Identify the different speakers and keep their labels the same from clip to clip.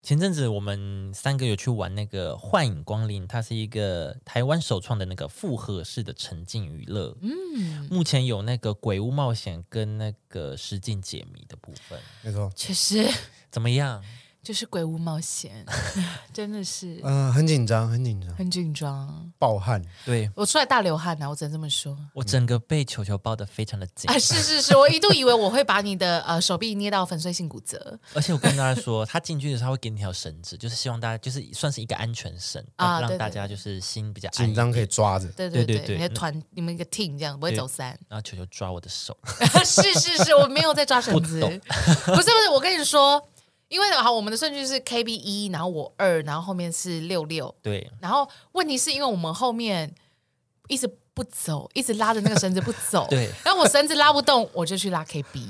Speaker 1: 前阵子我们三个有去玩那个幻影光临，它是一个台湾首创的那个复合式的沉浸娱乐。
Speaker 2: 嗯，
Speaker 1: 目前有那个鬼屋冒险跟那个实境解谜的部分，
Speaker 3: 没错，
Speaker 2: 确实
Speaker 1: 怎么样？
Speaker 2: 就是鬼屋冒险， 真的是
Speaker 3: 嗯、很紧张，很紧张，
Speaker 2: 很紧张。
Speaker 3: 暴汗，
Speaker 1: 对
Speaker 2: 我出来大流汗呐、我只能这么说。
Speaker 1: 我整个被球球抱得非常的紧
Speaker 2: 啊，，是是是，我一度以为我会把你的呃手臂捏到粉碎性骨折
Speaker 1: 而且我跟大家说，他进去的时候他会给你条绳子，就是希望大家就是算是一个安全绳，
Speaker 2: 啊对
Speaker 1: 让
Speaker 2: 对
Speaker 1: 大家就是心比较安
Speaker 3: 紧张可以抓着。
Speaker 2: 对对
Speaker 1: 对
Speaker 2: 对，
Speaker 1: 对对嗯
Speaker 2: 你的团、你们一个 team 这样不会
Speaker 1: 对
Speaker 2: 走散。
Speaker 1: 然后球球抓我的手，
Speaker 2: 是是是，我没有在抓绳子，
Speaker 1: 不
Speaker 2: 不
Speaker 1: 懂
Speaker 2: 是不是，我跟你说，因为好，我们的顺序是 K B 一，然后我二，然后后面是六六，
Speaker 1: 对，，
Speaker 2: 然后问题是因为我们后面一直不走，一直拉着那个绳子不走
Speaker 1: 对
Speaker 2: 然后我绳子拉不动，我就去拉 K B。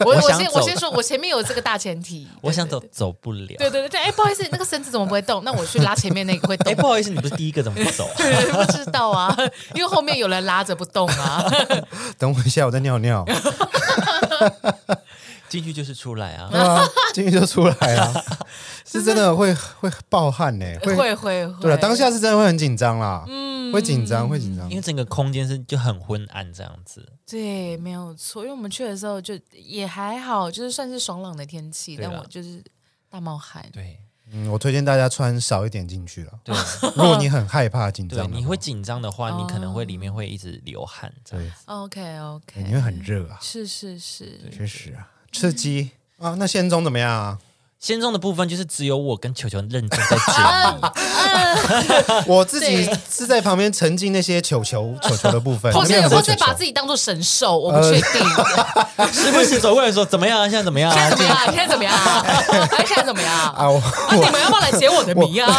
Speaker 2: 我
Speaker 1: 我
Speaker 2: 我
Speaker 1: 想
Speaker 2: 先
Speaker 1: 走
Speaker 2: 我先说，我前面有这个大前提，
Speaker 1: 我想
Speaker 2: 对
Speaker 1: 走走不了。
Speaker 2: 对对对对，哎，不好意思，那个绳子怎么不会动？那我去拉前面那个会 动
Speaker 1: 哎，。不好意思，你不是第一个，怎么不走？
Speaker 2: 不知道啊， 因为后面有人拉着不动啊。
Speaker 3: 等我一下，我再尿尿，
Speaker 1: 进去就是出来啊。
Speaker 3: 对吧？进去就出来了，是真的会会暴汗呢、会
Speaker 2: 会会会，
Speaker 3: 对了，当下是真的会很紧张啦，嗯，会紧张，会紧张
Speaker 1: 因，为整个空间是就很昏暗这样子，
Speaker 2: 对，没有错，因为我们去的时候就也还好，就是算是爽朗的天气，
Speaker 1: 对
Speaker 2: 但
Speaker 1: 啦
Speaker 2: 我就是大冒汗。
Speaker 1: 对
Speaker 3: 嗯，我推荐大家穿少一点进去了。
Speaker 1: 对
Speaker 3: 如果你很害怕紧张
Speaker 1: 对，
Speaker 3: 的话，
Speaker 1: 你会紧张的话，
Speaker 2: 哦
Speaker 1: 你可能会里面会一直流汗这样。
Speaker 2: OK
Speaker 3: 对
Speaker 2: OK，
Speaker 3: 你会很热啊，
Speaker 2: 是是是，
Speaker 3: 确实啊，刺激啊。那仙中怎么样啊？
Speaker 1: 先中的部分就是只有我跟球球认真在解
Speaker 2: 哦
Speaker 1: 谜，
Speaker 3: 我自己
Speaker 2: 对
Speaker 3: 是在旁边沉浸那些球球球球的部分，
Speaker 2: 或
Speaker 3: 没
Speaker 2: 是
Speaker 3: 有
Speaker 2: 或
Speaker 3: 球
Speaker 2: 是把自
Speaker 3: 球。
Speaker 2: 己当做神兽，我不确定。
Speaker 1: 时不时走过来说怎么 样啊，现在怎么样
Speaker 2: 现在
Speaker 1: 啊
Speaker 2: 怎？么样？现在怎么样？哎，现在怎么样？
Speaker 3: 啊，我
Speaker 2: 啊，你们要不要来解我的谜啊？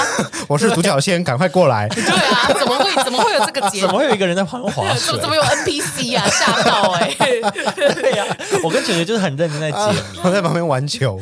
Speaker 3: 我是独角仙，赶快过来！
Speaker 2: 对啊，怎么会怎么会有这个结
Speaker 1: 怎？么会有一个人在旁边划
Speaker 2: 怎
Speaker 1: 水
Speaker 2: 么？ 怎么有 NPC 啊？吓到哎！
Speaker 1: 对呀，我跟球球就是很认真在解
Speaker 2: 哦
Speaker 1: 谜。
Speaker 3: 我在旁边玩球，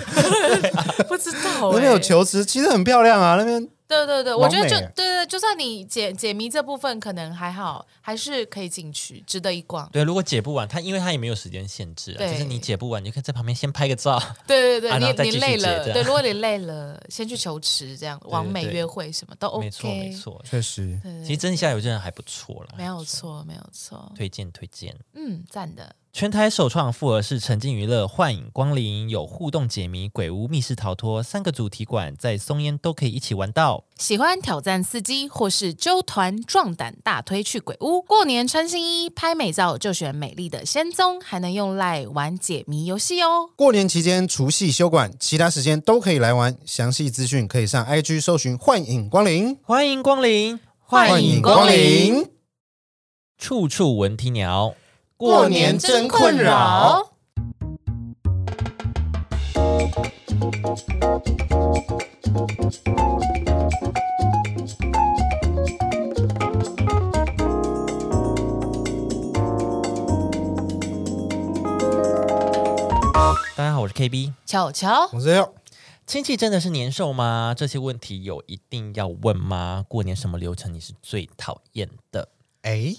Speaker 2: 不知道
Speaker 3: 那
Speaker 2: 哎、
Speaker 3: 边有球池，其实很漂亮啊。那边
Speaker 2: 对对对，
Speaker 3: 完美
Speaker 2: 我觉得就
Speaker 3: 欸
Speaker 2: 对对，就算你解解谜这部分可能还好，还是可以进去，值得一逛。
Speaker 1: 对，如果解不完，他因为他也没有时间限制啊，
Speaker 2: 对
Speaker 1: 就是你解不完，你就可以在旁边先拍个照。
Speaker 2: 对对对，
Speaker 1: 啊然后再
Speaker 2: 你
Speaker 1: 继
Speaker 2: 你
Speaker 1: 续
Speaker 2: 累
Speaker 1: 解
Speaker 2: 了，
Speaker 1: 这样
Speaker 2: 对，如果你累了，先去球池这样，完美约会什么都 OK，
Speaker 1: 没错，没错。
Speaker 3: 确实，
Speaker 2: 对，对
Speaker 1: 其实真下有些人还不错啦，
Speaker 2: 对没有错，没有错，
Speaker 1: 推荐推荐。
Speaker 2: 嗯，赞的，
Speaker 1: 全台首创复合式沉浸娱乐幻影光临，有互动解谜、鬼屋、密室逃脱三个主题馆，在松烟都可以一起玩到。
Speaker 2: 喜欢挑战司机或是纠团壮胆大推去鬼屋，过年穿新衣拍美照就选美丽的仙踪，还能用来玩解谜游戏哦。
Speaker 3: 过年期间除夕休馆，其他时间都可以来玩。详细资讯可以上 IG 搜寻“幻影光临”，
Speaker 1: 欢迎光临，
Speaker 2: 欢迎光临，
Speaker 1: 处处闻啼鸟，
Speaker 3: 过年真困扰。
Speaker 1: 大家好，我是 KB。
Speaker 2: 巧巧，
Speaker 3: 我是六，
Speaker 1: 亲戚真的是年兽吗？这些问题有一定要问吗？过年什么流程你是最讨厌的？
Speaker 3: 哎，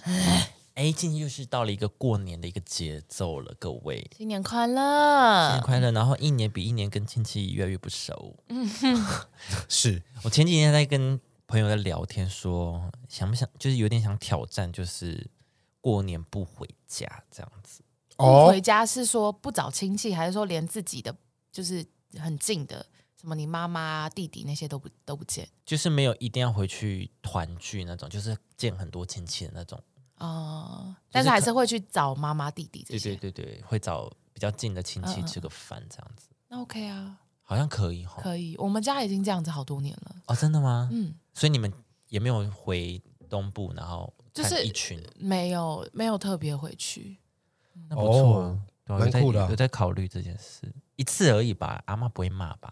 Speaker 1: 哎，今天又是到了一个过年的一个节奏了，各位。
Speaker 2: 新年快
Speaker 1: 新
Speaker 2: 乐！
Speaker 1: 年快乐！然后一年比一年跟亲戚越来越不熟。
Speaker 3: 是
Speaker 1: 我前几天在跟朋友在聊天说想不想就是有点想挑战，就是过年不回家这样子。
Speaker 2: 不
Speaker 3: 哦
Speaker 2: 回，家是说不找亲戚，还是说连自己的就是很近的，什么你妈妈、弟弟那些都不都不见
Speaker 1: 就是没有一定要回去团聚那种，就是见很多亲戚的那种。
Speaker 2: 哦、但是还是会去找妈妈、弟弟这
Speaker 1: 对
Speaker 2: 些。
Speaker 1: 对对对，会找比较近的亲戚
Speaker 2: 嗯嗯
Speaker 1: 吃个饭这样子，
Speaker 2: 那 OK 啊，
Speaker 1: 好像可以哈。
Speaker 2: 可以。我们家已经这样子好多年了，
Speaker 1: 哦，真的吗？
Speaker 2: 嗯，
Speaker 1: 所以你们也没有回东部，然后
Speaker 2: 就
Speaker 1: 看
Speaker 2: 是呃
Speaker 1: 一群，
Speaker 2: 没有没有特别回去。
Speaker 1: 那不错啊
Speaker 3: 哦
Speaker 1: 对啊
Speaker 3: 蛮
Speaker 1: 有在
Speaker 3: 酷的啊
Speaker 1: 有在考虑这件事，一次而已吧，阿妈不会骂吧？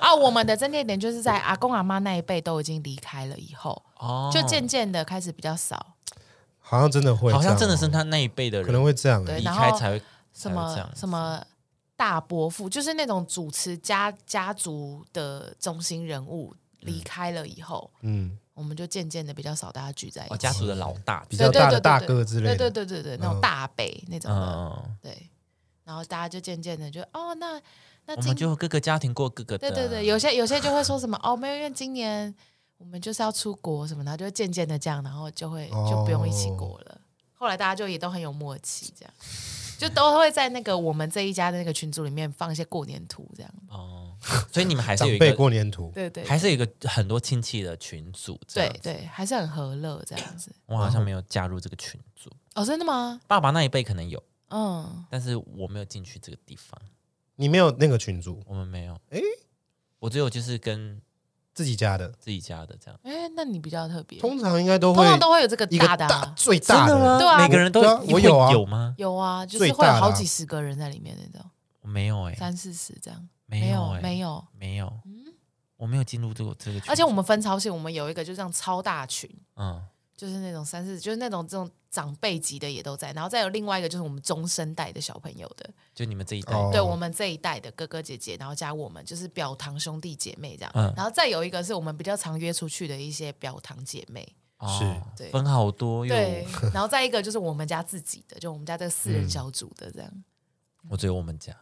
Speaker 2: 啊，我们的增界点就是在阿公阿妈那一辈都已经离开了以后，
Speaker 1: 哦，
Speaker 2: 就渐渐的开始比较少
Speaker 3: 好像真的会这样哦，
Speaker 1: 好像真的是他那一辈的人
Speaker 3: 可能会这样，
Speaker 2: 对
Speaker 1: 离
Speaker 2: 然
Speaker 1: 开
Speaker 2: 后
Speaker 1: 才会
Speaker 2: 什
Speaker 1: 还有这样
Speaker 2: 么
Speaker 1: 子
Speaker 2: 什么大伯父，就是那种主持家家族的中心人物离开了以后，
Speaker 3: 嗯，
Speaker 2: 我们就渐渐的比较少大家聚在一起。
Speaker 1: 哦，家族的老大
Speaker 3: 比
Speaker 1: 这样，
Speaker 3: 较大的大哥
Speaker 2: 对对对对对
Speaker 3: 之
Speaker 2: 对
Speaker 3: 类的，
Speaker 2: 对对对对，那种
Speaker 3: 嗯
Speaker 2: 大辈那种的，
Speaker 1: 嗯，
Speaker 2: 对。然后大家就渐渐的就哦，那那那
Speaker 1: 我
Speaker 2: 今
Speaker 1: 们就各个家庭过各个的。
Speaker 2: 对对对，有些有些就会说什么哦，没有，因为今年我们就是要出国什么的，然后就会渐渐的这样，然后就会就不用一起过了。后来大家就也都很有默契，这样就都会在那个我们这一家的那个群组里面放一些过年图，这样。
Speaker 1: 哦，所以你们还是
Speaker 3: 长
Speaker 1: 有一
Speaker 3: 辈
Speaker 1: 个，
Speaker 3: 过年图，
Speaker 2: 对对
Speaker 1: 还是有一个很多亲戚的群组。
Speaker 2: 对，对，还是很和乐这样子。
Speaker 1: 我好像没有加入这个群组。
Speaker 2: 哦，真的吗？
Speaker 1: 爸爸那一辈可能有，
Speaker 2: 嗯，
Speaker 1: 但是我没有进去这个地方，
Speaker 3: 你没有那个群组，
Speaker 1: 我们没有。
Speaker 3: 诶
Speaker 1: 我只有就是跟
Speaker 3: 自己家的，
Speaker 1: 自己家的这样。
Speaker 2: 哎，那你比较特别，通
Speaker 3: 通常应该都会
Speaker 2: 常都会有这个
Speaker 3: 一个
Speaker 2: 的
Speaker 3: 大
Speaker 2: 啊，
Speaker 3: 最大的，
Speaker 2: 对啊
Speaker 1: 每个人都
Speaker 3: 对啊我有啊
Speaker 1: 会有吗？
Speaker 2: 有啊，就是
Speaker 3: 最
Speaker 2: 会有
Speaker 3: 大的
Speaker 2: 好
Speaker 3: 啊
Speaker 2: 几十个人在里面那种，
Speaker 1: 我没有哎，
Speaker 2: 三四十这样。
Speaker 1: 没有
Speaker 2: 有
Speaker 1: 哎，
Speaker 2: 没有，
Speaker 1: 没有，我没有进入这个这个群组。
Speaker 2: 而且我们分超线，我们有一个就这样超大群，
Speaker 1: 嗯，
Speaker 2: 就是那种三四，就是那种这种长辈级的也都在，然后再有另外一个就是我们中生代的小朋友的，
Speaker 1: 就你们这一代，
Speaker 3: 哦
Speaker 2: 对我们这一代的哥哥姐姐，然后加我们就是表堂兄弟姐妹这样，
Speaker 1: 嗯
Speaker 2: 然后再有一个是我们比较常约出去的一些表堂姐妹，
Speaker 1: 哦
Speaker 2: 对
Speaker 1: 分好多哟。
Speaker 2: 对，然后再一个就是我们家自己的，就我们家这个四
Speaker 1: 嗯
Speaker 2: 人小组的这样，
Speaker 1: 我只有我们家，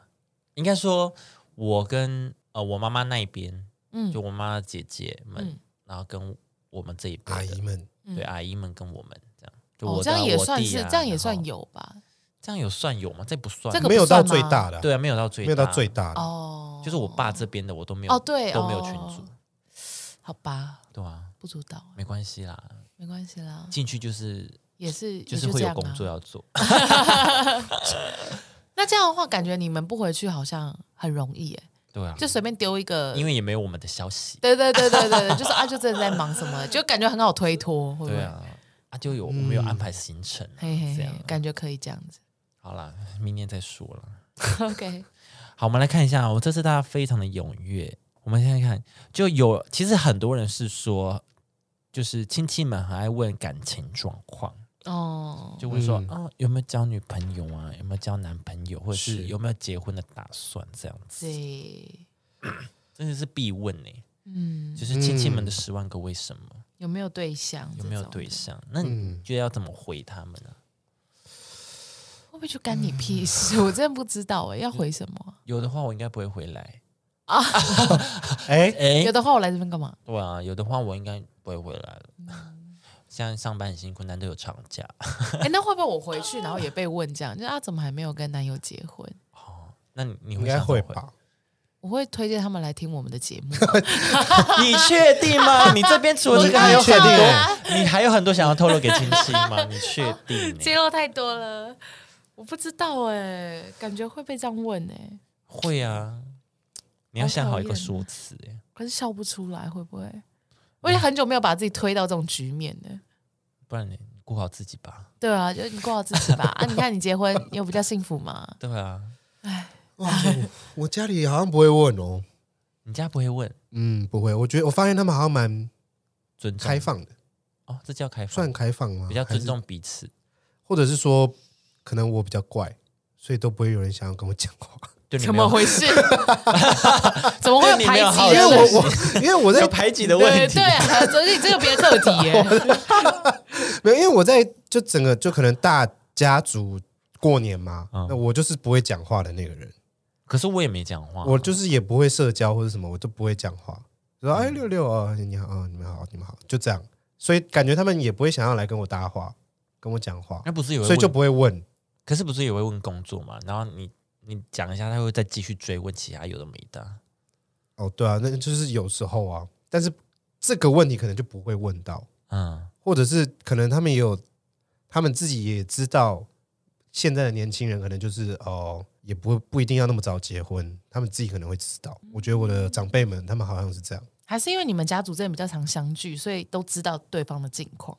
Speaker 1: 应该说，我跟呃我妈妈那一边，
Speaker 2: 嗯
Speaker 1: 就我妈妈姐姐们，
Speaker 2: 嗯
Speaker 1: 然后跟我们这一辈
Speaker 3: 阿
Speaker 1: 的
Speaker 3: 姨们，
Speaker 2: 嗯
Speaker 1: 对阿姨们跟我们这样，就
Speaker 2: 哦
Speaker 1: 我，
Speaker 2: 这
Speaker 1: 的啊、
Speaker 2: 样也
Speaker 1: 我
Speaker 2: 算
Speaker 1: 弟
Speaker 2: 是
Speaker 1: 啊
Speaker 2: 这样也
Speaker 1: 然后嗯
Speaker 2: 算有吧，
Speaker 1: 这样有算有吗？这不算，
Speaker 2: 这个不
Speaker 3: 没有到
Speaker 2: 算吗
Speaker 3: 最大的，
Speaker 1: 对啊，没有到最
Speaker 3: 没有到最
Speaker 1: 大，
Speaker 3: 大的，
Speaker 2: 哦，
Speaker 1: 就是我爸这边的我都没有
Speaker 2: 哦对
Speaker 1: 都没有
Speaker 2: 哦
Speaker 1: 群组，
Speaker 2: 好吧，
Speaker 1: 对啊，
Speaker 2: 不知道，
Speaker 1: 没关系啦，
Speaker 2: 没关系啦，
Speaker 1: 进去就是
Speaker 2: 也是
Speaker 1: 就
Speaker 2: 也
Speaker 1: 是
Speaker 2: 这
Speaker 1: 会有
Speaker 2: 样
Speaker 1: 工
Speaker 2: 啊
Speaker 1: 作要做，
Speaker 2: 那这样的话，感觉你们不回去好像很容易耶，
Speaker 1: 对啊，
Speaker 2: 就随便丢一个，
Speaker 1: 因为也没有我们的消息，
Speaker 2: 对对对对对对，就是啊，就真的在忙什么，就感觉很好推脱，会不
Speaker 1: 对
Speaker 2: 会？
Speaker 1: 啊，啊就有我们有安排行程啊，
Speaker 2: 嘿嘿
Speaker 1: 这样
Speaker 2: 嘿，感觉可以这样 子。
Speaker 1: 好啦，明年再说啦。
Speaker 2: OK，
Speaker 1: 好，我们来看一下，我这次大家非常的踊跃。我们现在看，就有其实很多人是说，就是亲戚们很爱问感情状况，
Speaker 2: 哦，
Speaker 1: 就问说啊、
Speaker 3: 嗯
Speaker 1: 有没有交女朋友啊，有没有交男朋友，或者是
Speaker 3: 是
Speaker 1: 有没有结婚的打算，这样子，
Speaker 2: 对，
Speaker 1: 真的是必问呢、
Speaker 2: 嗯，
Speaker 1: 就是亲戚们的十万个为什么，
Speaker 2: 有没有对象？
Speaker 1: 有没有
Speaker 2: 这种
Speaker 1: 对？象？那你觉得要怎么回他们啊呢、
Speaker 2: 会不会就干
Speaker 1: 嗯
Speaker 2: 你 屁事？我真的不知道哎，要回什么？
Speaker 1: 有的话我应该不会回来，
Speaker 3: 哎，
Speaker 1: 哎、
Speaker 2: 有的话我来这边干 嘛？
Speaker 1: 对啊，有的话我应该不会回来了。现在上班很辛苦，难得有长假，
Speaker 2: 哎，那会不会我回去然后也被问这样？就啊，怎么还没有跟男友结婚？
Speaker 1: 哦那你你
Speaker 3: 应
Speaker 1: 会
Speaker 3: 该
Speaker 1: 想怎么
Speaker 3: 会
Speaker 1: 回？
Speaker 3: 吧？
Speaker 2: 我会推荐他们来听我们的节目。
Speaker 1: 你确定 吗？你这边除了这个还有
Speaker 3: 你确
Speaker 1: 很
Speaker 3: 定
Speaker 1: 多，欸你还有很多想要透露给亲戚吗？你 确定欸、
Speaker 2: 揭露太多了，我不知道哎、感觉会被这样问哎、
Speaker 1: 会啊，你要想好一个说辞、欸。
Speaker 2: 可是笑不出来，会不会？我已经很久没有把自己推到这种局面了。
Speaker 1: 不然你顾好自己吧。
Speaker 2: 对啊，就你过好自己吧。啊，你看你结婚有比较幸福吗？
Speaker 1: 对啊，
Speaker 3: 哇，我我家里好像不会问哦，
Speaker 1: 你家不会问，
Speaker 3: 嗯，不会，我觉得我发现他们好像蛮
Speaker 1: 尊重
Speaker 3: 开放的，
Speaker 1: 哦，这叫开放，
Speaker 3: 算开放吗？
Speaker 1: 比较
Speaker 3: 还是
Speaker 1: 尊，重彼此。
Speaker 3: 或者是说，可能我比较怪，所以都不会有人想要跟我讲话，
Speaker 1: 对 你
Speaker 2: 怎
Speaker 1: 没
Speaker 2: 么
Speaker 1: 有
Speaker 2: 回事？怎么会有
Speaker 1: 对你
Speaker 2: 排
Speaker 1: 没有好
Speaker 2: 挤
Speaker 3: 因为
Speaker 2: 人？
Speaker 1: 奇
Speaker 3: 我我因为 我在
Speaker 1: 有排挤的
Speaker 2: 对
Speaker 1: 问题
Speaker 2: 对，？啊，所以这个别的课 题耶、
Speaker 3: 没有，因为我在就整个就可能大家族过年嘛，
Speaker 1: 嗯
Speaker 3: 那我就是不会讲话的那个人，
Speaker 1: 可是我也没讲话，啊
Speaker 3: 我就是也不会社交或者什么，我都不会讲话，就说哎六六啊、你好啊、你们好你们好，就这样，所以感觉他们也不会想要来跟我搭话，跟我讲话，
Speaker 1: 那不是有人
Speaker 3: 所以就
Speaker 1: 问
Speaker 3: 不会问，
Speaker 1: 可是不是也会问工作嘛？然后你你讲一下，他会再继续追问其他有的没的。啊
Speaker 3: 哦对啊，那就是有时候啊，但是这个问题可能就不会问到，
Speaker 1: 嗯，
Speaker 3: 或者是可能他们也有，他们自己也知道，现在的年轻人可能就是哦，也不不一定要那么早结婚，他们自己可能会知道。我觉得我的长辈们，他们好像是这样，
Speaker 2: 还是因为你们家族真的比较常相聚，所以都知道对方的近况。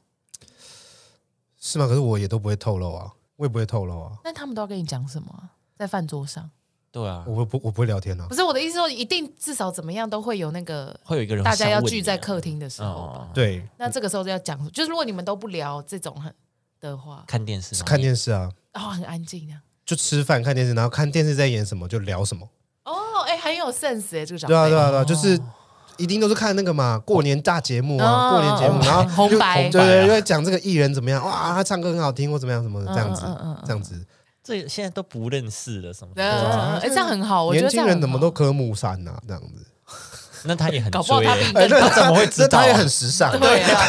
Speaker 3: 是吗？可是我也都不会透露啊，我也不会透露啊，
Speaker 2: 那他们都要跟你讲什么啊？在饭桌上？
Speaker 1: 对啊，
Speaker 3: 我不我不会聊天啊
Speaker 2: 不。是我的意思说，一定至少怎么样都会有那个
Speaker 1: 会有一个人
Speaker 2: 大家
Speaker 1: 想
Speaker 2: 要
Speaker 1: 问
Speaker 2: 聚
Speaker 1: 你
Speaker 2: 在
Speaker 1: 啊
Speaker 2: 客厅的时候吧。
Speaker 1: 哦，
Speaker 3: 对，
Speaker 2: 那这个时候就要讲，就是如果你们都不聊这种很的话，
Speaker 1: 看电视，
Speaker 3: 看电视啊，
Speaker 2: 哦，很安静这样。
Speaker 3: 就吃饭看电视，然后看电视在演什么就聊什么。
Speaker 2: 哦，哎、很有 sense 哎、这个长辈。
Speaker 3: 对啊，对啊，对啊，就是
Speaker 1: 哦
Speaker 3: 一定都是看那个嘛，过年大节目啊，
Speaker 2: 哦
Speaker 3: 过年节目，
Speaker 2: 红
Speaker 3: 然后
Speaker 2: 红
Speaker 3: 就
Speaker 2: 白
Speaker 3: 对对，又在讲这个艺人怎么样，哇，他唱歌很好听或怎么样，什么
Speaker 2: 嗯
Speaker 3: 这样子
Speaker 2: 嗯嗯嗯，
Speaker 3: 这样子。
Speaker 1: 这现在都不认识了什么的，
Speaker 2: 嗯，哎，这样很好，我觉
Speaker 3: 年
Speaker 2: 得这
Speaker 3: 轻
Speaker 2: 样
Speaker 3: 人
Speaker 2: 很
Speaker 3: 怎么
Speaker 2: 好
Speaker 3: 都科目三呐、这样子，
Speaker 1: 那他也很
Speaker 2: 搞不好
Speaker 1: 追
Speaker 2: 他
Speaker 1: 欸
Speaker 2: 比你更
Speaker 1: 他怎么会知
Speaker 3: 这
Speaker 1: 道啊？
Speaker 3: 他也很时尚，
Speaker 2: 对啊，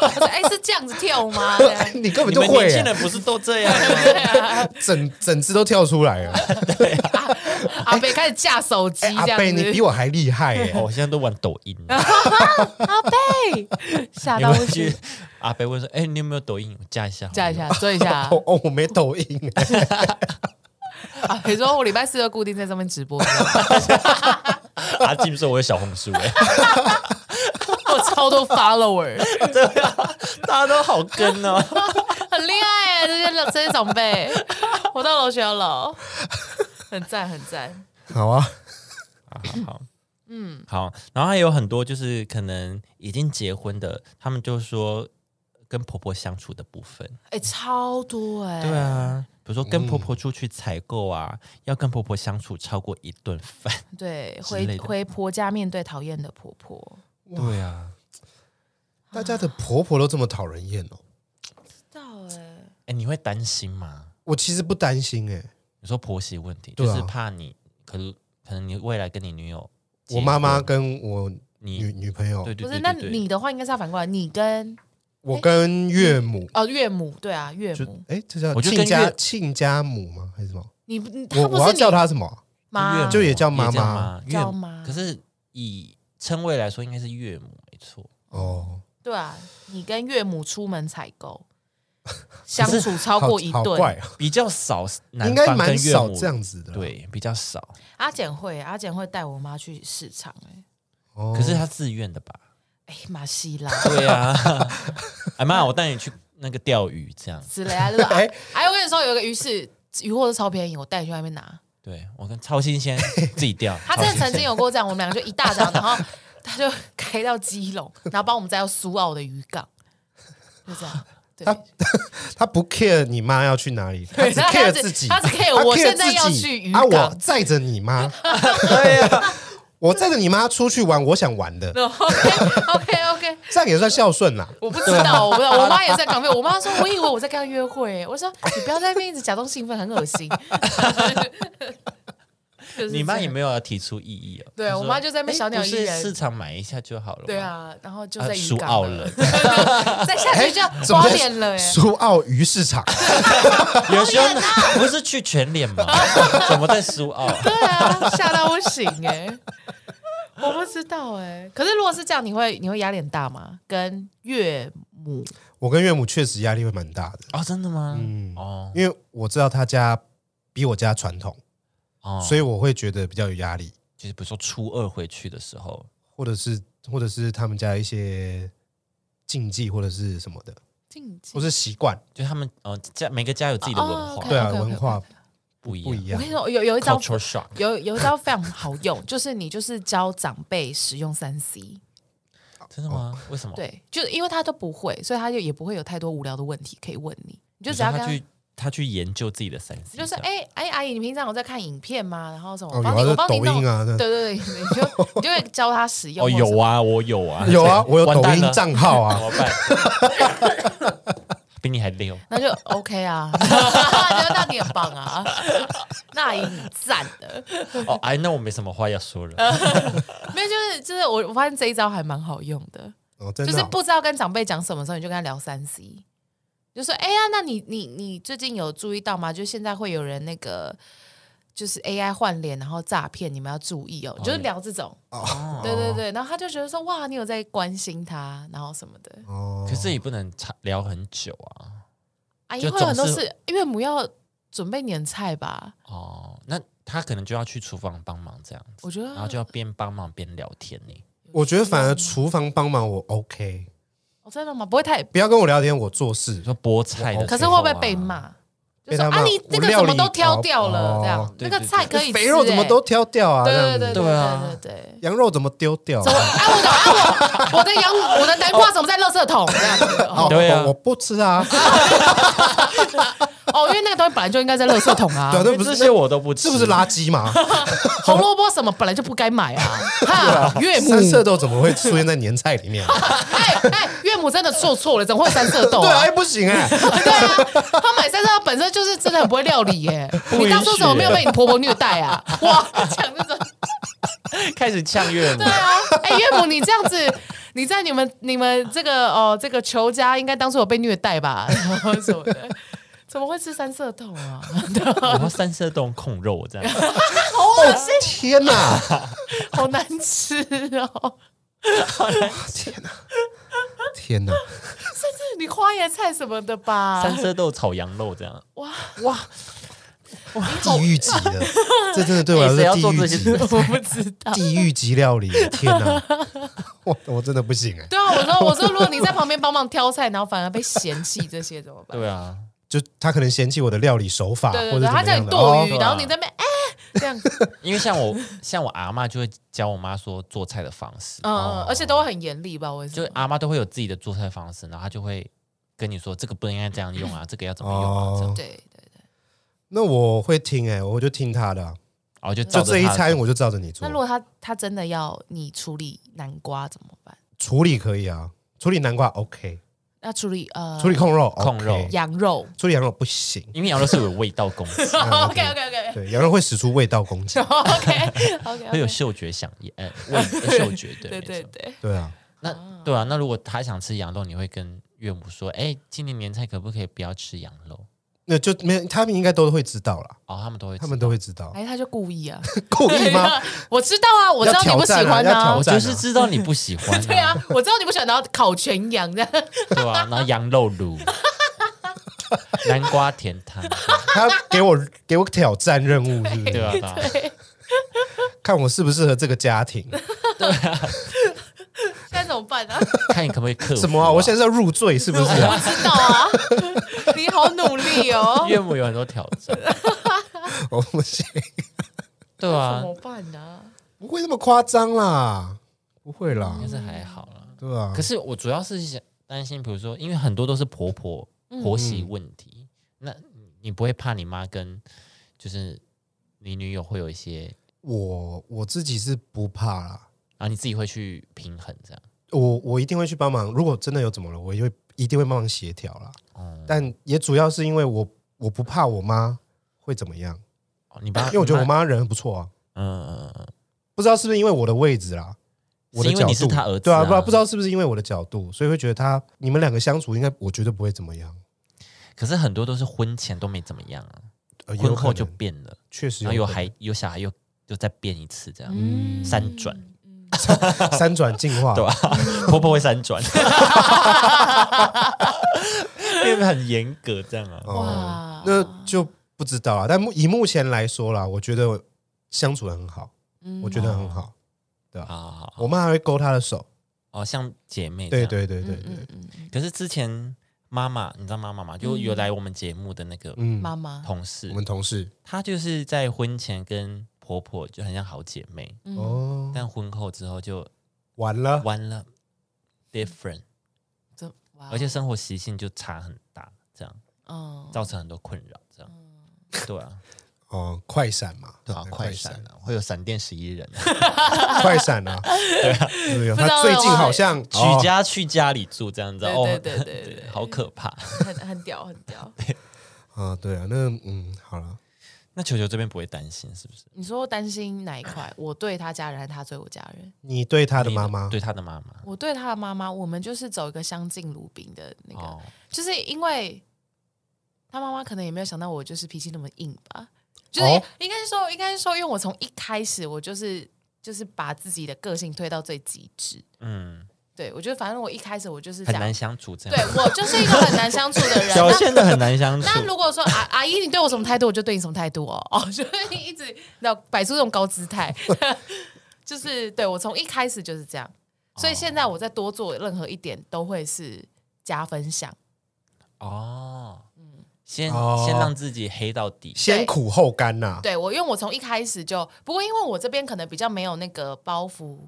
Speaker 2: 他说哎，是这样子跳 吗？这样
Speaker 3: 你根本
Speaker 1: 你
Speaker 3: 就
Speaker 1: 们
Speaker 3: 会
Speaker 1: 年轻
Speaker 3: 欸、
Speaker 1: 人不是都这样 吗？
Speaker 2: 对啊，
Speaker 3: 整整只都跳出来了。
Speaker 2: 阿北开始架手机
Speaker 3: 哎，
Speaker 2: 这
Speaker 3: 阿
Speaker 2: 样子，
Speaker 3: 贝，你比我还厉害 哎、
Speaker 1: 哦，我现在都玩抖音了，
Speaker 2: 嘿吓
Speaker 1: 你
Speaker 2: 到不
Speaker 1: 们
Speaker 2: 行
Speaker 1: 去，阿北问说：“哎，你有没有抖音？我加一下，
Speaker 2: 架一。 下，追一下。
Speaker 3: 哦 哦，我没抖音、欸，
Speaker 2: 啊，比如说我礼拜四就固定在上面直播，你知道吗
Speaker 1: 阿金说：“我有小红书。”哎，
Speaker 2: 我超多 follower，
Speaker 1: 对啊，大家都好跟 哦。
Speaker 2: 很厉害耶！这些老这些长辈，我到楼学到老，很赞很赞。
Speaker 3: 好啊，
Speaker 1: 好好好，嗯，好。然后还有很多就是可能已经结婚的，他们就说跟婆婆相处的部分，
Speaker 2: 哎、超多哎、
Speaker 1: 对啊，比如说跟婆婆出去采购啊，
Speaker 3: 嗯
Speaker 1: 要跟婆婆相处超过一顿饭，
Speaker 2: 对，
Speaker 1: 之类
Speaker 2: 回
Speaker 1: 的
Speaker 2: 回婆家面对讨厌的婆婆，
Speaker 1: 对啊，
Speaker 3: 大家的婆婆都这么讨人厌哦。
Speaker 2: 知道哎、
Speaker 1: 哎，你会担心吗？
Speaker 3: 我其实不担心哎、
Speaker 1: 你说婆媳问题，
Speaker 3: 对
Speaker 1: 就
Speaker 3: 啊
Speaker 1: 是怕你可能可能你未来跟你女友结
Speaker 3: 我
Speaker 1: 婚，
Speaker 3: 妈妈跟我女
Speaker 1: 你
Speaker 3: 女朋友
Speaker 1: 嗯对，对
Speaker 2: 不
Speaker 1: 对
Speaker 2: 是？
Speaker 1: 对
Speaker 2: 那
Speaker 1: 对
Speaker 2: 你的话应该是要反过来，你跟
Speaker 3: 我跟岳母，
Speaker 2: 哦岳母，对啊岳
Speaker 3: 就
Speaker 2: 母，
Speaker 3: 哎、这叫
Speaker 1: 嗯我就跟
Speaker 3: 亲家
Speaker 1: 岳
Speaker 3: 亲家母吗？还是什么？
Speaker 2: 你你她
Speaker 3: 我
Speaker 2: 不
Speaker 3: 我要
Speaker 2: 是
Speaker 3: 叫
Speaker 2: 你
Speaker 3: 她什么啊？
Speaker 2: 妈，
Speaker 3: 就也叫妈妈
Speaker 1: 妈，岳
Speaker 2: 叫
Speaker 1: 母
Speaker 2: 妈
Speaker 1: 可是以称谓来说，应该是岳母没错。
Speaker 3: 哦，
Speaker 2: 对啊，你跟岳母出门采 购，相处超
Speaker 3: 好
Speaker 2: 过一
Speaker 3: 好
Speaker 2: 顿
Speaker 3: 怪，啊，
Speaker 1: 比较少男
Speaker 3: 应该
Speaker 1: 方
Speaker 3: 蛮
Speaker 1: 跟岳
Speaker 3: 少
Speaker 1: 母
Speaker 3: 这样子的。，
Speaker 1: 对，比较少。
Speaker 2: 阿简会，阿简会带我妈去市场、欸，
Speaker 3: 哦
Speaker 1: 可是他自愿的吧？
Speaker 2: 哎、马西 拉
Speaker 1: 对啊， 哎妈，我带你去那个钓鱼，这样。
Speaker 2: 之类啊，就是哎
Speaker 3: 哎，
Speaker 2: 哎，我跟你说，有一个鱼市鱼货是超便宜，我带你去外面拿。
Speaker 1: 对我跟超新 鲜自己钓，
Speaker 2: 他真的曾经有过这样，我们两个就一大早，然后他就开到基隆，然后帮我们载到苏澳的渔港，就这样。对，
Speaker 3: 他她不 care 你妈要去哪里，她只
Speaker 2: 她她
Speaker 3: care
Speaker 2: 只
Speaker 3: 自己，
Speaker 2: 她只 care
Speaker 3: 她
Speaker 2: 我
Speaker 3: care
Speaker 2: 现在要
Speaker 3: 自己
Speaker 2: 去渔
Speaker 3: 啊，我
Speaker 2: 港
Speaker 3: 载着你 妈，对呀，我载着你妈出去玩，我想玩的，
Speaker 2: 然后 OK OK OK，
Speaker 3: 这样也算孝顺啦。
Speaker 2: 我不知道，我不知道，我妈也在港片，我妈说我以为我在跟她约会，我说你不要在那边一直假装兴奋，很恶心。就是
Speaker 1: 你妈
Speaker 2: 这样
Speaker 1: 也没有要提出异议哦。
Speaker 2: 对
Speaker 1: 她说
Speaker 2: 我妈就在那边
Speaker 1: 哎
Speaker 2: 小鸟
Speaker 1: 不
Speaker 2: 依
Speaker 1: 是
Speaker 2: 人
Speaker 1: 市场买一下就好了。
Speaker 2: 对，啊，然后就
Speaker 1: 啊
Speaker 2: 在渔
Speaker 1: 输
Speaker 2: 港
Speaker 1: 澳了，，哎
Speaker 2: 再下去就要
Speaker 3: 怎么
Speaker 2: 花脸了 耶。
Speaker 3: 苏澳鱼市场，
Speaker 1: 有时候不是去全脸 吗？
Speaker 2: 啊
Speaker 1: 怎么在哦苏澳？
Speaker 2: 对啊，吓到不行哎，我不知道哎。可是如果是这样，你会你会压力很大吗？跟岳母
Speaker 3: 我跟岳母确实压力会蛮大的，
Speaker 1: 哦，真的吗？嗯，哦
Speaker 3: 因为我知道她家比我家传统，
Speaker 1: 哦，
Speaker 3: 所以我会觉得比较有压力，
Speaker 1: 就是比如说初二回去的时候，
Speaker 3: 或者是或者是他们家一些禁忌或者是什么的，
Speaker 2: 禁忌
Speaker 3: 或是习惯，
Speaker 1: 就他们哦家每个家有自己的文
Speaker 2: 哦
Speaker 1: 化
Speaker 2: ，OK
Speaker 3: 对啊，
Speaker 2: OK，OK，OK
Speaker 3: 文化
Speaker 1: 不一
Speaker 3: 不
Speaker 1: 样
Speaker 3: 一
Speaker 2: 我
Speaker 3: 样
Speaker 2: 跟。你说，有有一张
Speaker 1: ，culture shock。
Speaker 2: 有有一招非常好用，就是你就是教长辈使用三 C，
Speaker 1: 真的
Speaker 3: 哦
Speaker 1: 吗？为什么？
Speaker 2: 对，就是因为他都不会，所以他就也不会有太多无聊的问题可以问你，你就
Speaker 1: 你
Speaker 2: 只
Speaker 1: 说
Speaker 2: 要跟
Speaker 1: 他
Speaker 2: 他
Speaker 1: 去他去研究自己的三
Speaker 2: 你
Speaker 1: C，
Speaker 2: 就是
Speaker 1: 这样
Speaker 2: 哎哎、阿姨，你平常有在看影片吗？然后什么，
Speaker 3: 哦，
Speaker 2: 我
Speaker 3: 有
Speaker 2: 帮你，
Speaker 3: 啊，抖
Speaker 2: 我帮你弄，
Speaker 3: 音啊，那
Speaker 2: 对对对，你就你就会教他使用
Speaker 1: 哦
Speaker 2: 或者什么，
Speaker 1: 有啊，我有啊，
Speaker 3: 有啊，我有
Speaker 1: 完
Speaker 3: 抖
Speaker 1: 蛋
Speaker 3: 音
Speaker 1: 了
Speaker 3: 账号 啊
Speaker 1: 怎，么办？ 比你还溜，
Speaker 2: 那就 OK 啊， 就那你很棒啊， 那阿姨你赞的，
Speaker 1: 哦，哎，那我没什么话要说
Speaker 2: 啊
Speaker 1: 了。
Speaker 2: 没有就是就是我我发现这一招还蛮好用的，
Speaker 3: 哦，真
Speaker 2: 就
Speaker 3: 的
Speaker 2: 是
Speaker 3: 哦
Speaker 2: 不知道跟长辈讲什么时候，你就跟他聊三 C，就说：“哎、呀，那你你你最近有注意到吗？就现在会有人那个就是 AI 换脸，然后诈骗，你们要注意哦。”就是聊这种，
Speaker 1: 哦
Speaker 2: 对对对。然后他就觉得说：“哇，你有在关心他，然后什么的。
Speaker 3: 哦
Speaker 1: 可是也不能长聊很久啊。”
Speaker 2: 阿姨
Speaker 1: 就
Speaker 2: 会有很多
Speaker 1: 总是
Speaker 2: 事，岳母要准备年菜吧？
Speaker 1: 哦，那他可能就要去厨房帮忙这样子，
Speaker 2: 我觉得
Speaker 1: 然后就要边帮忙边聊天呢。
Speaker 3: 我觉得反而厨房帮忙我 OK，
Speaker 2: 哦，真的吗？不会太，
Speaker 3: 不要跟我聊天，我做事
Speaker 1: 你。说剥菜的，啊
Speaker 2: 可是会不会被？骂？就
Speaker 3: 被
Speaker 2: 说
Speaker 3: 他
Speaker 2: 啊，
Speaker 3: 骂
Speaker 2: 你
Speaker 3: 我
Speaker 2: 这个
Speaker 3: 料
Speaker 2: 什么
Speaker 3: 理
Speaker 2: 都挑
Speaker 3: 哦
Speaker 2: 掉了，这样
Speaker 3: 哦
Speaker 1: 对
Speaker 2: 那个
Speaker 1: 对
Speaker 2: 菜
Speaker 1: 对
Speaker 2: 可以
Speaker 3: 肥肉
Speaker 2: 吃
Speaker 3: 怎么
Speaker 2: 欸
Speaker 3: 都挑掉啊？
Speaker 2: 对
Speaker 3: 这样
Speaker 2: 对
Speaker 3: 子
Speaker 2: 对对
Speaker 1: 对啊
Speaker 2: 对对对。
Speaker 3: 羊肉怎么丢掉啊？
Speaker 2: 我哎，我的啊，我我的羊，我
Speaker 1: 啊
Speaker 2: 的南瓜怎么在垃圾桶这样子？
Speaker 3: 哦
Speaker 2: 哦
Speaker 1: 对啊
Speaker 3: 我我不吃啊。
Speaker 2: 哦，因为那个东西本来就应该在垃圾桶啊
Speaker 3: 对
Speaker 1: 因
Speaker 3: 啊，，那
Speaker 1: 为
Speaker 3: 不是
Speaker 1: 这些我都不吃，
Speaker 3: 这不 是垃圾嘛？
Speaker 2: 红萝卜什么本来就不该 买啊。哈， 岳母，
Speaker 3: 三色豆怎么会出现在年菜里面？
Speaker 2: 哎哎，岳母真的做错了，怎么会三色豆
Speaker 3: 对啊，
Speaker 2: 啊
Speaker 3: 哎？不行哎，
Speaker 2: 对啊，他买三色豆本身就是真的很不会料理耶。
Speaker 1: 允许
Speaker 2: 你当初怎么没有被你婆婆虐待啊？哇，讲这种。
Speaker 1: 开始呛岳母
Speaker 2: 对。啊，哎、岳母，你这样子，你在你们你们这个哦这个仇家，应该当初有被虐待吧？ 然后什么的，怎么会吃三色豆啊？
Speaker 1: 我们三色冻控肉这 样，
Speaker 3: 哦天哪！
Speaker 2: 好难吃哦！
Speaker 3: 天哪！天哪！
Speaker 2: 是你花椰菜什么的吧？
Speaker 1: 三色豆炒羊肉这样，
Speaker 2: 哇哇，
Speaker 3: 地狱级的，这真的对我
Speaker 1: 哎谁
Speaker 3: 来
Speaker 1: 要做
Speaker 3: 说地狱
Speaker 1: 这些
Speaker 3: 级，
Speaker 1: 事？
Speaker 2: 我不知道。
Speaker 3: 地狱级料理。天哪！我我真的不行哎，
Speaker 2: 对啊，我说我说，如果你在旁边帮忙挑菜，然后反而被嫌弃这些怎么 办？
Speaker 1: 对啊，
Speaker 3: 就他可能嫌弃我的料理手法，
Speaker 2: 对
Speaker 3: 啊或者
Speaker 2: 对对，
Speaker 3: 怎么
Speaker 2: 他叫
Speaker 3: 样
Speaker 2: 你
Speaker 3: 的啊
Speaker 2: 剁鱼，
Speaker 1: 哦
Speaker 2: 然后你在那边哎这样，嗯
Speaker 1: 因为像我像我阿妈就会教我妈说做菜的方式，
Speaker 3: 哦
Speaker 2: 嗯，而且都会很严厉吧？我也
Speaker 1: 就是阿妈都会有自己的做菜方式，然后她就会跟你说这个不应该这样用啊，这个要怎么用啊，这样
Speaker 3: 哦，
Speaker 2: 对对对。
Speaker 3: 那我会听哎，我就听他的啊，
Speaker 1: 然后就
Speaker 3: 就
Speaker 1: 照着
Speaker 3: 这一
Speaker 1: 她的
Speaker 3: 餐我就照着你做
Speaker 2: 那如。果他他真的要你处理南瓜怎么办？
Speaker 3: 处理可以啊，处理南瓜 OK，
Speaker 2: 那处理呃，
Speaker 3: 处理控肉
Speaker 1: 控
Speaker 3: OK
Speaker 1: 肉
Speaker 2: 羊肉。，
Speaker 3: 处理羊肉不行，
Speaker 1: 因为羊肉是有味道攻击
Speaker 2: OK OK OK。
Speaker 3: 对，羊肉会使出味道攻击
Speaker 2: OK
Speaker 1: 会有
Speaker 2: OK，
Speaker 1: 嗅觉响应，呃，味嗅觉对没
Speaker 2: 对对
Speaker 1: 错
Speaker 2: 对，
Speaker 3: 对啊，
Speaker 1: 那对啊，那如果她想吃羊肉，你会跟岳母说，哎，今年年菜可不可以不要吃羊肉？
Speaker 3: 那就没有他们应该都会知道啦，
Speaker 1: 哦，他们都会，
Speaker 3: 他们都会知 道，
Speaker 2: 哎，他就故意啊，
Speaker 3: 故意吗？？
Speaker 2: 我知道啊，我知道你不喜欢
Speaker 3: 要挑战啊要挑
Speaker 1: 我
Speaker 2: 啊
Speaker 3: 战。
Speaker 1: 就是知道你不喜欢，
Speaker 2: 对啊，，我知道你不喜欢，然后烤全羊 的，
Speaker 1: 对啊，然后羊肉卤、南瓜甜 汤，
Speaker 3: 他给我给我挑战任务是不
Speaker 1: 对
Speaker 3: 是？
Speaker 1: 啊，对啊
Speaker 3: 看我适不适合这个家 庭？
Speaker 2: 现在怎么办啊？
Speaker 1: 看你可不可以克服
Speaker 3: 什么啊？我现在是要入赘是不是啊？
Speaker 2: 我知道啊，你好努力哦，
Speaker 1: 岳母有很多挑 战，
Speaker 3: 我不行，
Speaker 1: 对
Speaker 2: 怎
Speaker 1: 啊，
Speaker 2: 么办呢？
Speaker 3: 不会那么夸张啦，不会啦
Speaker 1: 应该，是还好啦。
Speaker 3: 对啊
Speaker 1: 可。是我主要是想担心，比如说，因为很多都是婆婆婆媳问题，那你不会怕你妈跟就是你女友会有一些，
Speaker 3: 我我自己是不怕啦，
Speaker 1: 然后你自己会去平衡这样。
Speaker 3: 我我一定会去帮忙。如果真的有怎么了，我也会一定会帮忙协调啦。
Speaker 1: 哦，
Speaker 3: 但也主要是因为我我不怕我妈会怎么样，
Speaker 1: 哦你爸，
Speaker 3: 因为我觉得我
Speaker 1: 你，
Speaker 3: 啊妈人很不错啊。
Speaker 1: 嗯嗯嗯
Speaker 3: 不知道是不是因为我的位置啦，我的
Speaker 1: 是因为
Speaker 3: 角
Speaker 1: 你
Speaker 3: 度，
Speaker 1: 是她儿子
Speaker 3: 对
Speaker 1: 啊
Speaker 3: 啊，不知道不知道是不是因为我的角度，所以会觉得她你们两个相处应该我觉得不会怎么样，
Speaker 1: 嗯，可是很多都是婚前都没怎么样啊，
Speaker 3: 呃、有
Speaker 1: 婚
Speaker 3: 可
Speaker 1: 后
Speaker 3: 能
Speaker 1: 就变了，
Speaker 3: 确实
Speaker 1: 然后
Speaker 3: 有
Speaker 1: 有
Speaker 3: 可能
Speaker 1: 孩有小孩又又再变一次这样，
Speaker 2: 嗯，
Speaker 1: 三转
Speaker 2: 嗯，
Speaker 3: 三转进化，
Speaker 1: 对吧、啊婆婆会三转， 因为很严格这样啊。
Speaker 2: 哇
Speaker 3: 哦，那就不知道啊。但目以目前来说啦，我觉得相处的很好，
Speaker 2: 嗯
Speaker 3: 我觉得很好。
Speaker 1: 好好哦好，
Speaker 3: 我妈还会勾她的手，
Speaker 1: 哦，像姐妹这
Speaker 3: 对
Speaker 1: 样
Speaker 3: 对对对对，
Speaker 2: 嗯嗯嗯
Speaker 1: 可是之前妈妈，你知道妈妈吗？就有来我们节目的那个
Speaker 2: 嗯
Speaker 3: 嗯，
Speaker 2: 妈妈，
Speaker 1: 同事，
Speaker 3: 我们同事
Speaker 1: 她就是在婚前跟婆婆就很像好姐妹，
Speaker 2: 嗯
Speaker 3: 哦，
Speaker 1: 但婚后之后就
Speaker 3: 完了，
Speaker 1: 完了，different，
Speaker 2: 这哇
Speaker 1: 而且生活习性就差很大，这样
Speaker 2: 嗯
Speaker 1: 造成很多困扰，这样。对啊，
Speaker 3: 哦，快闪嘛，
Speaker 1: 对啊，快闪，啊，会有闪电十一 人啊，
Speaker 3: 快闪啊，对啊，
Speaker 2: 知道
Speaker 3: 她最近好像
Speaker 1: 举
Speaker 3: 哦
Speaker 1: 家去家里住这样子啊，哦
Speaker 2: 对， 对对对对，
Speaker 1: 好可怕。
Speaker 2: 很很屌很屌。
Speaker 3: 啊，对啊，那嗯，好了，
Speaker 1: 那球球这边不会担心是不是？
Speaker 2: 你说担心哪一块？我对他家人，还是他对我家人？
Speaker 3: 你对她
Speaker 1: 他
Speaker 3: 的妈妈
Speaker 1: 对他的妈妈
Speaker 2: 我对他的妈妈，我们就是走一个相敬如宾的那个，
Speaker 1: 哦，
Speaker 2: 就是因为他妈妈可能也没有想到我就是脾气那么硬吧，就是、
Speaker 3: 哦
Speaker 2: 应该是说，应该是说，因为我从一开始我就是就是把自己的个性推到最极致。
Speaker 1: 嗯，
Speaker 2: 对我觉得，反正我一开始我就是这
Speaker 1: 很难
Speaker 2: 样，
Speaker 1: 相处这
Speaker 2: 对
Speaker 1: 样，
Speaker 2: 我就是一个很难相处的人。
Speaker 1: 表
Speaker 2: 啊那
Speaker 1: 现的很难相处。
Speaker 2: 那如果说阿阿姨，你对我什么态度，我就对你什么态度哦， 哦，就是一直要摆出这种高姿态， 就是对我从一开始就是这样，所
Speaker 1: 哦
Speaker 2: 以现在我再多做任何一点都会是加分项，
Speaker 1: 哦，先、
Speaker 3: 哦
Speaker 1: 先让自己黑到底，
Speaker 3: 先苦后甘呐，
Speaker 2: 对我，因为我从一开始就，不过因为我这边可能比较没有那个包袱，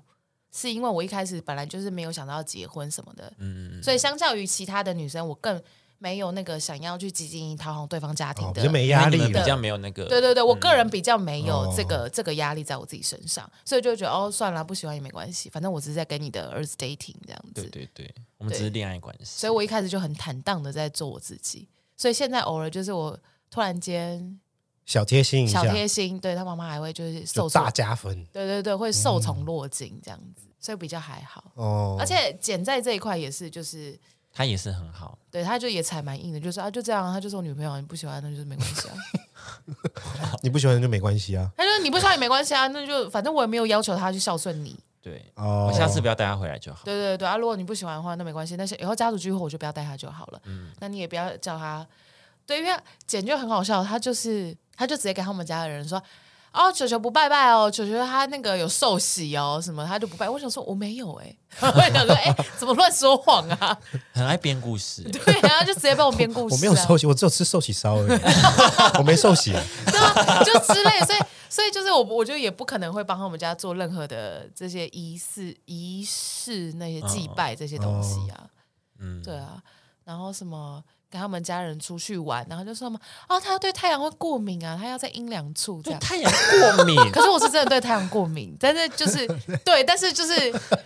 Speaker 2: 是因为我一开始本来就是没有想到要结婚什么的，
Speaker 1: 嗯，
Speaker 2: 所以相较于其他的女生，我更没有那个想要去激进讨好对方家庭
Speaker 3: 哦，
Speaker 2: 的
Speaker 3: 比较没压力
Speaker 1: 因为你们比
Speaker 3: 了。
Speaker 1: 较没有那个，
Speaker 2: 对对对，我个人比较没有
Speaker 3: 哦
Speaker 2: 这个、这个压力在我自己身上，所以就觉得哦，算了，不喜欢也没关系，反正我只是在跟你的儿子 dating 这样子。
Speaker 1: 对对对，我们
Speaker 2: 对
Speaker 1: 只是恋爱关系，
Speaker 2: 所以我一开始就很坦荡的在做我自己，所以现在偶尔就是我突然间
Speaker 3: 小贴心一
Speaker 2: 小
Speaker 3: 下，
Speaker 2: 贴心，对他妈妈还会就是受
Speaker 3: 就
Speaker 2: 宠
Speaker 3: 大，加分
Speaker 2: 对对对，会受宠若惊这样子，所以比较还好。
Speaker 3: 哦。
Speaker 2: 而且剪在这一块也是，就是
Speaker 1: 他也是很好，
Speaker 2: 对他就也踩蛮硬的，就是啊就这样啊，他就是我女朋友，你不喜欢那就是没关系啊，
Speaker 3: 你不喜欢就没关系啊。
Speaker 2: 他说你不喜欢也没关系啊，那就反正我也没有要求他去孝顺你，
Speaker 1: 对，
Speaker 3: 哦
Speaker 1: 我，下次不要带他回来就好。
Speaker 2: 对对对啊，如果你不喜欢的话，那没关系。但是以后家族聚会我就不要带他就好了。那你也不要叫他，对，因为简就很好笑，他就是他就直接跟他们家的人说。哦，球球不拜拜哦，球球他那个有受洗哦，什么他就不拜。我想说我没有哎、 我想说哎、怎么乱说谎啊？
Speaker 1: 很爱编故事，
Speaker 2: 对啊，就直接帮我编故事、啊
Speaker 3: 我没有寿喜，我只有吃寿喜烧而已， 我没寿喜。
Speaker 2: 对啊，就之类的，所以所以就是我，我觉得也不可能会帮他们家做任何的这些仪式、仪式那些祭拜这些东西啊，
Speaker 1: 嗯，
Speaker 2: 对啊，然后什么跟他们家人出去玩，然后就说什么哦，他对太阳会过敏啊，他要在阴凉处这
Speaker 1: 对
Speaker 2: 样。
Speaker 1: 太阳过 敏，
Speaker 2: 可是我是真的对太阳过敏，但是就是对，但 是就是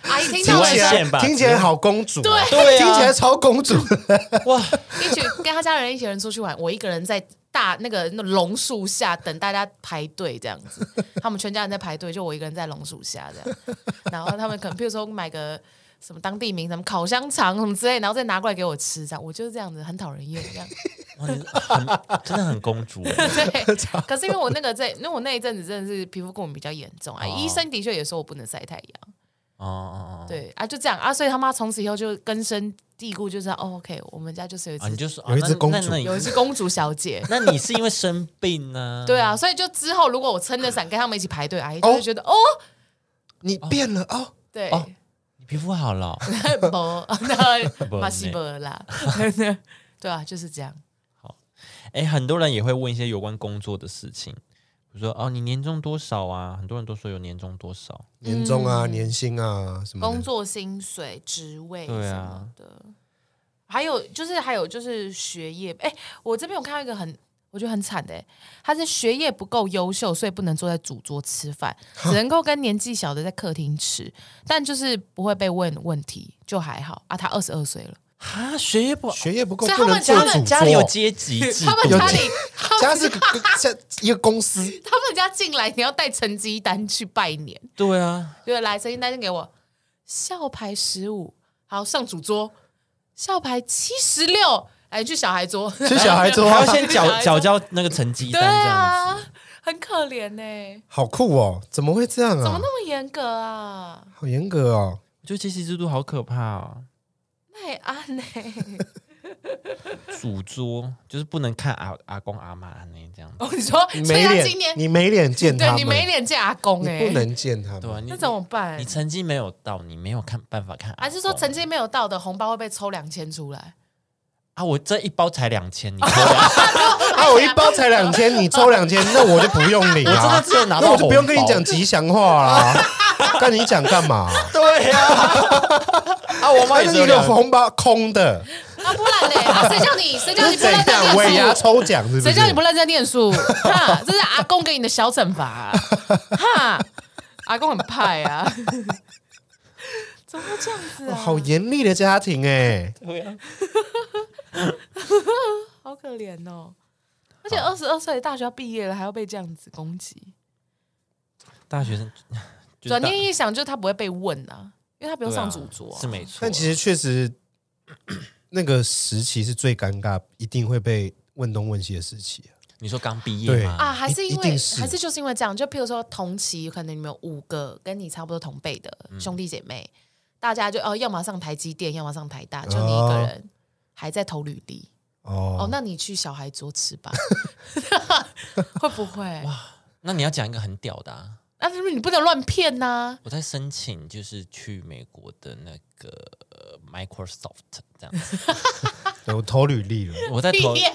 Speaker 2: 阿姨听
Speaker 1: 紫
Speaker 3: 听
Speaker 2: 到了
Speaker 1: 外
Speaker 3: 起来
Speaker 1: 线吧
Speaker 3: 听起来好公主，对
Speaker 1: 对啊
Speaker 3: 听起来超公主。
Speaker 2: 啊
Speaker 1: 哇，
Speaker 2: 一起跟他家人一起人出去玩，我一个人在大那个那榕树下等大家排队这样子，他们全家人在排队，就我一个人在榕树下这样，然后他们可能譬如说买个。什么当地名，什么烤香肠什么之类，然后再拿过来给我吃，这样我就是这样子，很讨人厌这样。
Speaker 1: 哇你很真的很公主，欸
Speaker 2: 对，可是因为我那个在，因为我那一阵子真的是皮肤过敏比较严重啊，
Speaker 1: 哦
Speaker 2: 医生的确也说我不能晒太阳，
Speaker 1: 哦哦哦，
Speaker 2: 对啊，就这样啊，所以他妈从此以后就根深蒂固，就是、哦、OK，我们家就是有一
Speaker 1: 啊，你
Speaker 2: 只、
Speaker 1: 就说
Speaker 3: 有一只公主
Speaker 1: 那
Speaker 2: 有一
Speaker 1: 你
Speaker 2: 只公主小姐，
Speaker 1: 那你是因为生病呢？
Speaker 2: 对啊，所以就之后如果我撑着伞跟他们一起排队，阿姨就会觉得哦，
Speaker 3: 你变了哦，
Speaker 2: 对，
Speaker 1: 哦你皮肤好了哦，
Speaker 2: 不，那
Speaker 1: 不
Speaker 2: 马西
Speaker 1: 呢
Speaker 2: 伯啦， 对啊，就是这样。
Speaker 1: 哎，很多人也会问一些有关工作的事情，比如说哦，你年终多少啊？很多人都说有年终多少，
Speaker 3: 年终啊，年薪啊，什么的
Speaker 2: 嗯工作薪水、职位
Speaker 1: 嗯对
Speaker 2: 什
Speaker 1: 啊
Speaker 2: 么的，还有就是还有就是学业。哎、我这边有看到一个很我觉得很惨的、哎他是学业不够优秀，所以不能坐在主桌吃饭，只能够跟年纪小的在客厅吃，但就是不会被问问题，就还好啊。他二十二岁了，
Speaker 1: 啊，学业不好，
Speaker 3: 学业不够，
Speaker 2: 所以
Speaker 3: 不
Speaker 2: 他
Speaker 3: 能
Speaker 2: 们
Speaker 3: 做
Speaker 2: 他
Speaker 3: 主
Speaker 2: 们
Speaker 3: 桌。
Speaker 1: 家里有阶级制
Speaker 2: 他们
Speaker 1: 度
Speaker 2: 家里
Speaker 3: 家是个家一个公司，
Speaker 2: 他们家进来你要带成绩单去拜年，
Speaker 1: 对啊，
Speaker 2: 对，来成绩单先给我，校牌十五，好上主桌，校牌七十六，哎，去小孩桌，
Speaker 3: 是小孩 桌
Speaker 1: 还
Speaker 3: 啊
Speaker 1: 要，先
Speaker 2: 小孩
Speaker 1: 缴缴
Speaker 2: 子
Speaker 1: 交那个成绩
Speaker 2: 对
Speaker 1: 单这样子。
Speaker 2: 啊，很可怜呢、
Speaker 3: 好酷哦！怎么会这样
Speaker 2: 怎么
Speaker 3: 啊？
Speaker 2: 那么严格啊？
Speaker 3: 好严格哦！
Speaker 1: 我觉得阶级制度好可怕哦，
Speaker 2: 奈 安呢、
Speaker 1: 主桌就是不能看阿阿公阿妈那这样子，
Speaker 2: 哦，你说，
Speaker 3: 你
Speaker 2: 所以
Speaker 3: 没
Speaker 2: 他
Speaker 3: 脸，
Speaker 2: 今年
Speaker 3: 你没脸见他
Speaker 2: 对
Speaker 3: 们，
Speaker 2: 你没脸见阿公哎、
Speaker 3: 你不能见他
Speaker 1: 对啊，
Speaker 3: 们。
Speaker 1: 你
Speaker 2: 那怎么办
Speaker 1: 你？成绩没有到，你没有看办法看阿公，
Speaker 2: 还是说成绩没有到的红包会被抽两千出来？
Speaker 1: 啊？我这一包才两 千，你说两千，
Speaker 3: 啊，我一包才两千，你抽两千，那我就不用领
Speaker 1: 我真的
Speaker 3: 啊，
Speaker 1: 只有拿到
Speaker 3: 那我就不用跟你
Speaker 1: 红包
Speaker 3: 讲吉祥话啦。跟你讲 干嘛？
Speaker 1: 对呀、啊，啊，我妈
Speaker 3: 反
Speaker 1: 也是
Speaker 3: 正你
Speaker 1: 有
Speaker 3: 的
Speaker 1: 两
Speaker 3: 红包空的，
Speaker 2: 啊，不 然呢、啊谁叫你谁叫
Speaker 3: 那
Speaker 2: 你
Speaker 3: 是
Speaker 2: 不
Speaker 3: 怎
Speaker 2: 认真
Speaker 3: 样？尾牙
Speaker 2: 念书？
Speaker 3: 抽奖是不是？
Speaker 2: 谁叫你不认真念 书？哈，这是阿公给你的小惩罚、啊哈，阿公很派啊， 怎么会这样子
Speaker 3: 哦
Speaker 2: 啊？
Speaker 3: 好严厉的家庭哎，
Speaker 1: 对啊，
Speaker 2: 好可怜哦！而且二十二岁大学要毕业了，还要被这样子攻击。
Speaker 1: 大学生 就是
Speaker 2: 转
Speaker 1: 大
Speaker 2: 念一想，就是他不会被问啊，因为他不用
Speaker 1: 对啊
Speaker 2: 上主桌、啊
Speaker 1: 是没错，
Speaker 3: 但其实确实那个时期是最尴尬，一定会被问东问西的时期啊。
Speaker 1: 你说刚毕业
Speaker 2: 啊，
Speaker 1: 吗？
Speaker 2: 还是因
Speaker 3: 一
Speaker 2: 为
Speaker 3: 定是
Speaker 2: 还是就是因为这样，就譬如说同期可能你们有五个跟你差不多同辈的兄弟姐妹，大家就哦，要么上台积电，要么上台大，就你一个人还在投履历。哦，
Speaker 3: 哦，
Speaker 2: 那你去小孩桌吃吧， 会不会？
Speaker 1: 那你要讲一个很屌的、啊，
Speaker 2: 那是不是你不能乱骗呐、
Speaker 1: 我在申请就是去美国的那个呃 Microsoft 这样子，
Speaker 3: 对我投履历了，
Speaker 1: 我在投
Speaker 2: 毕业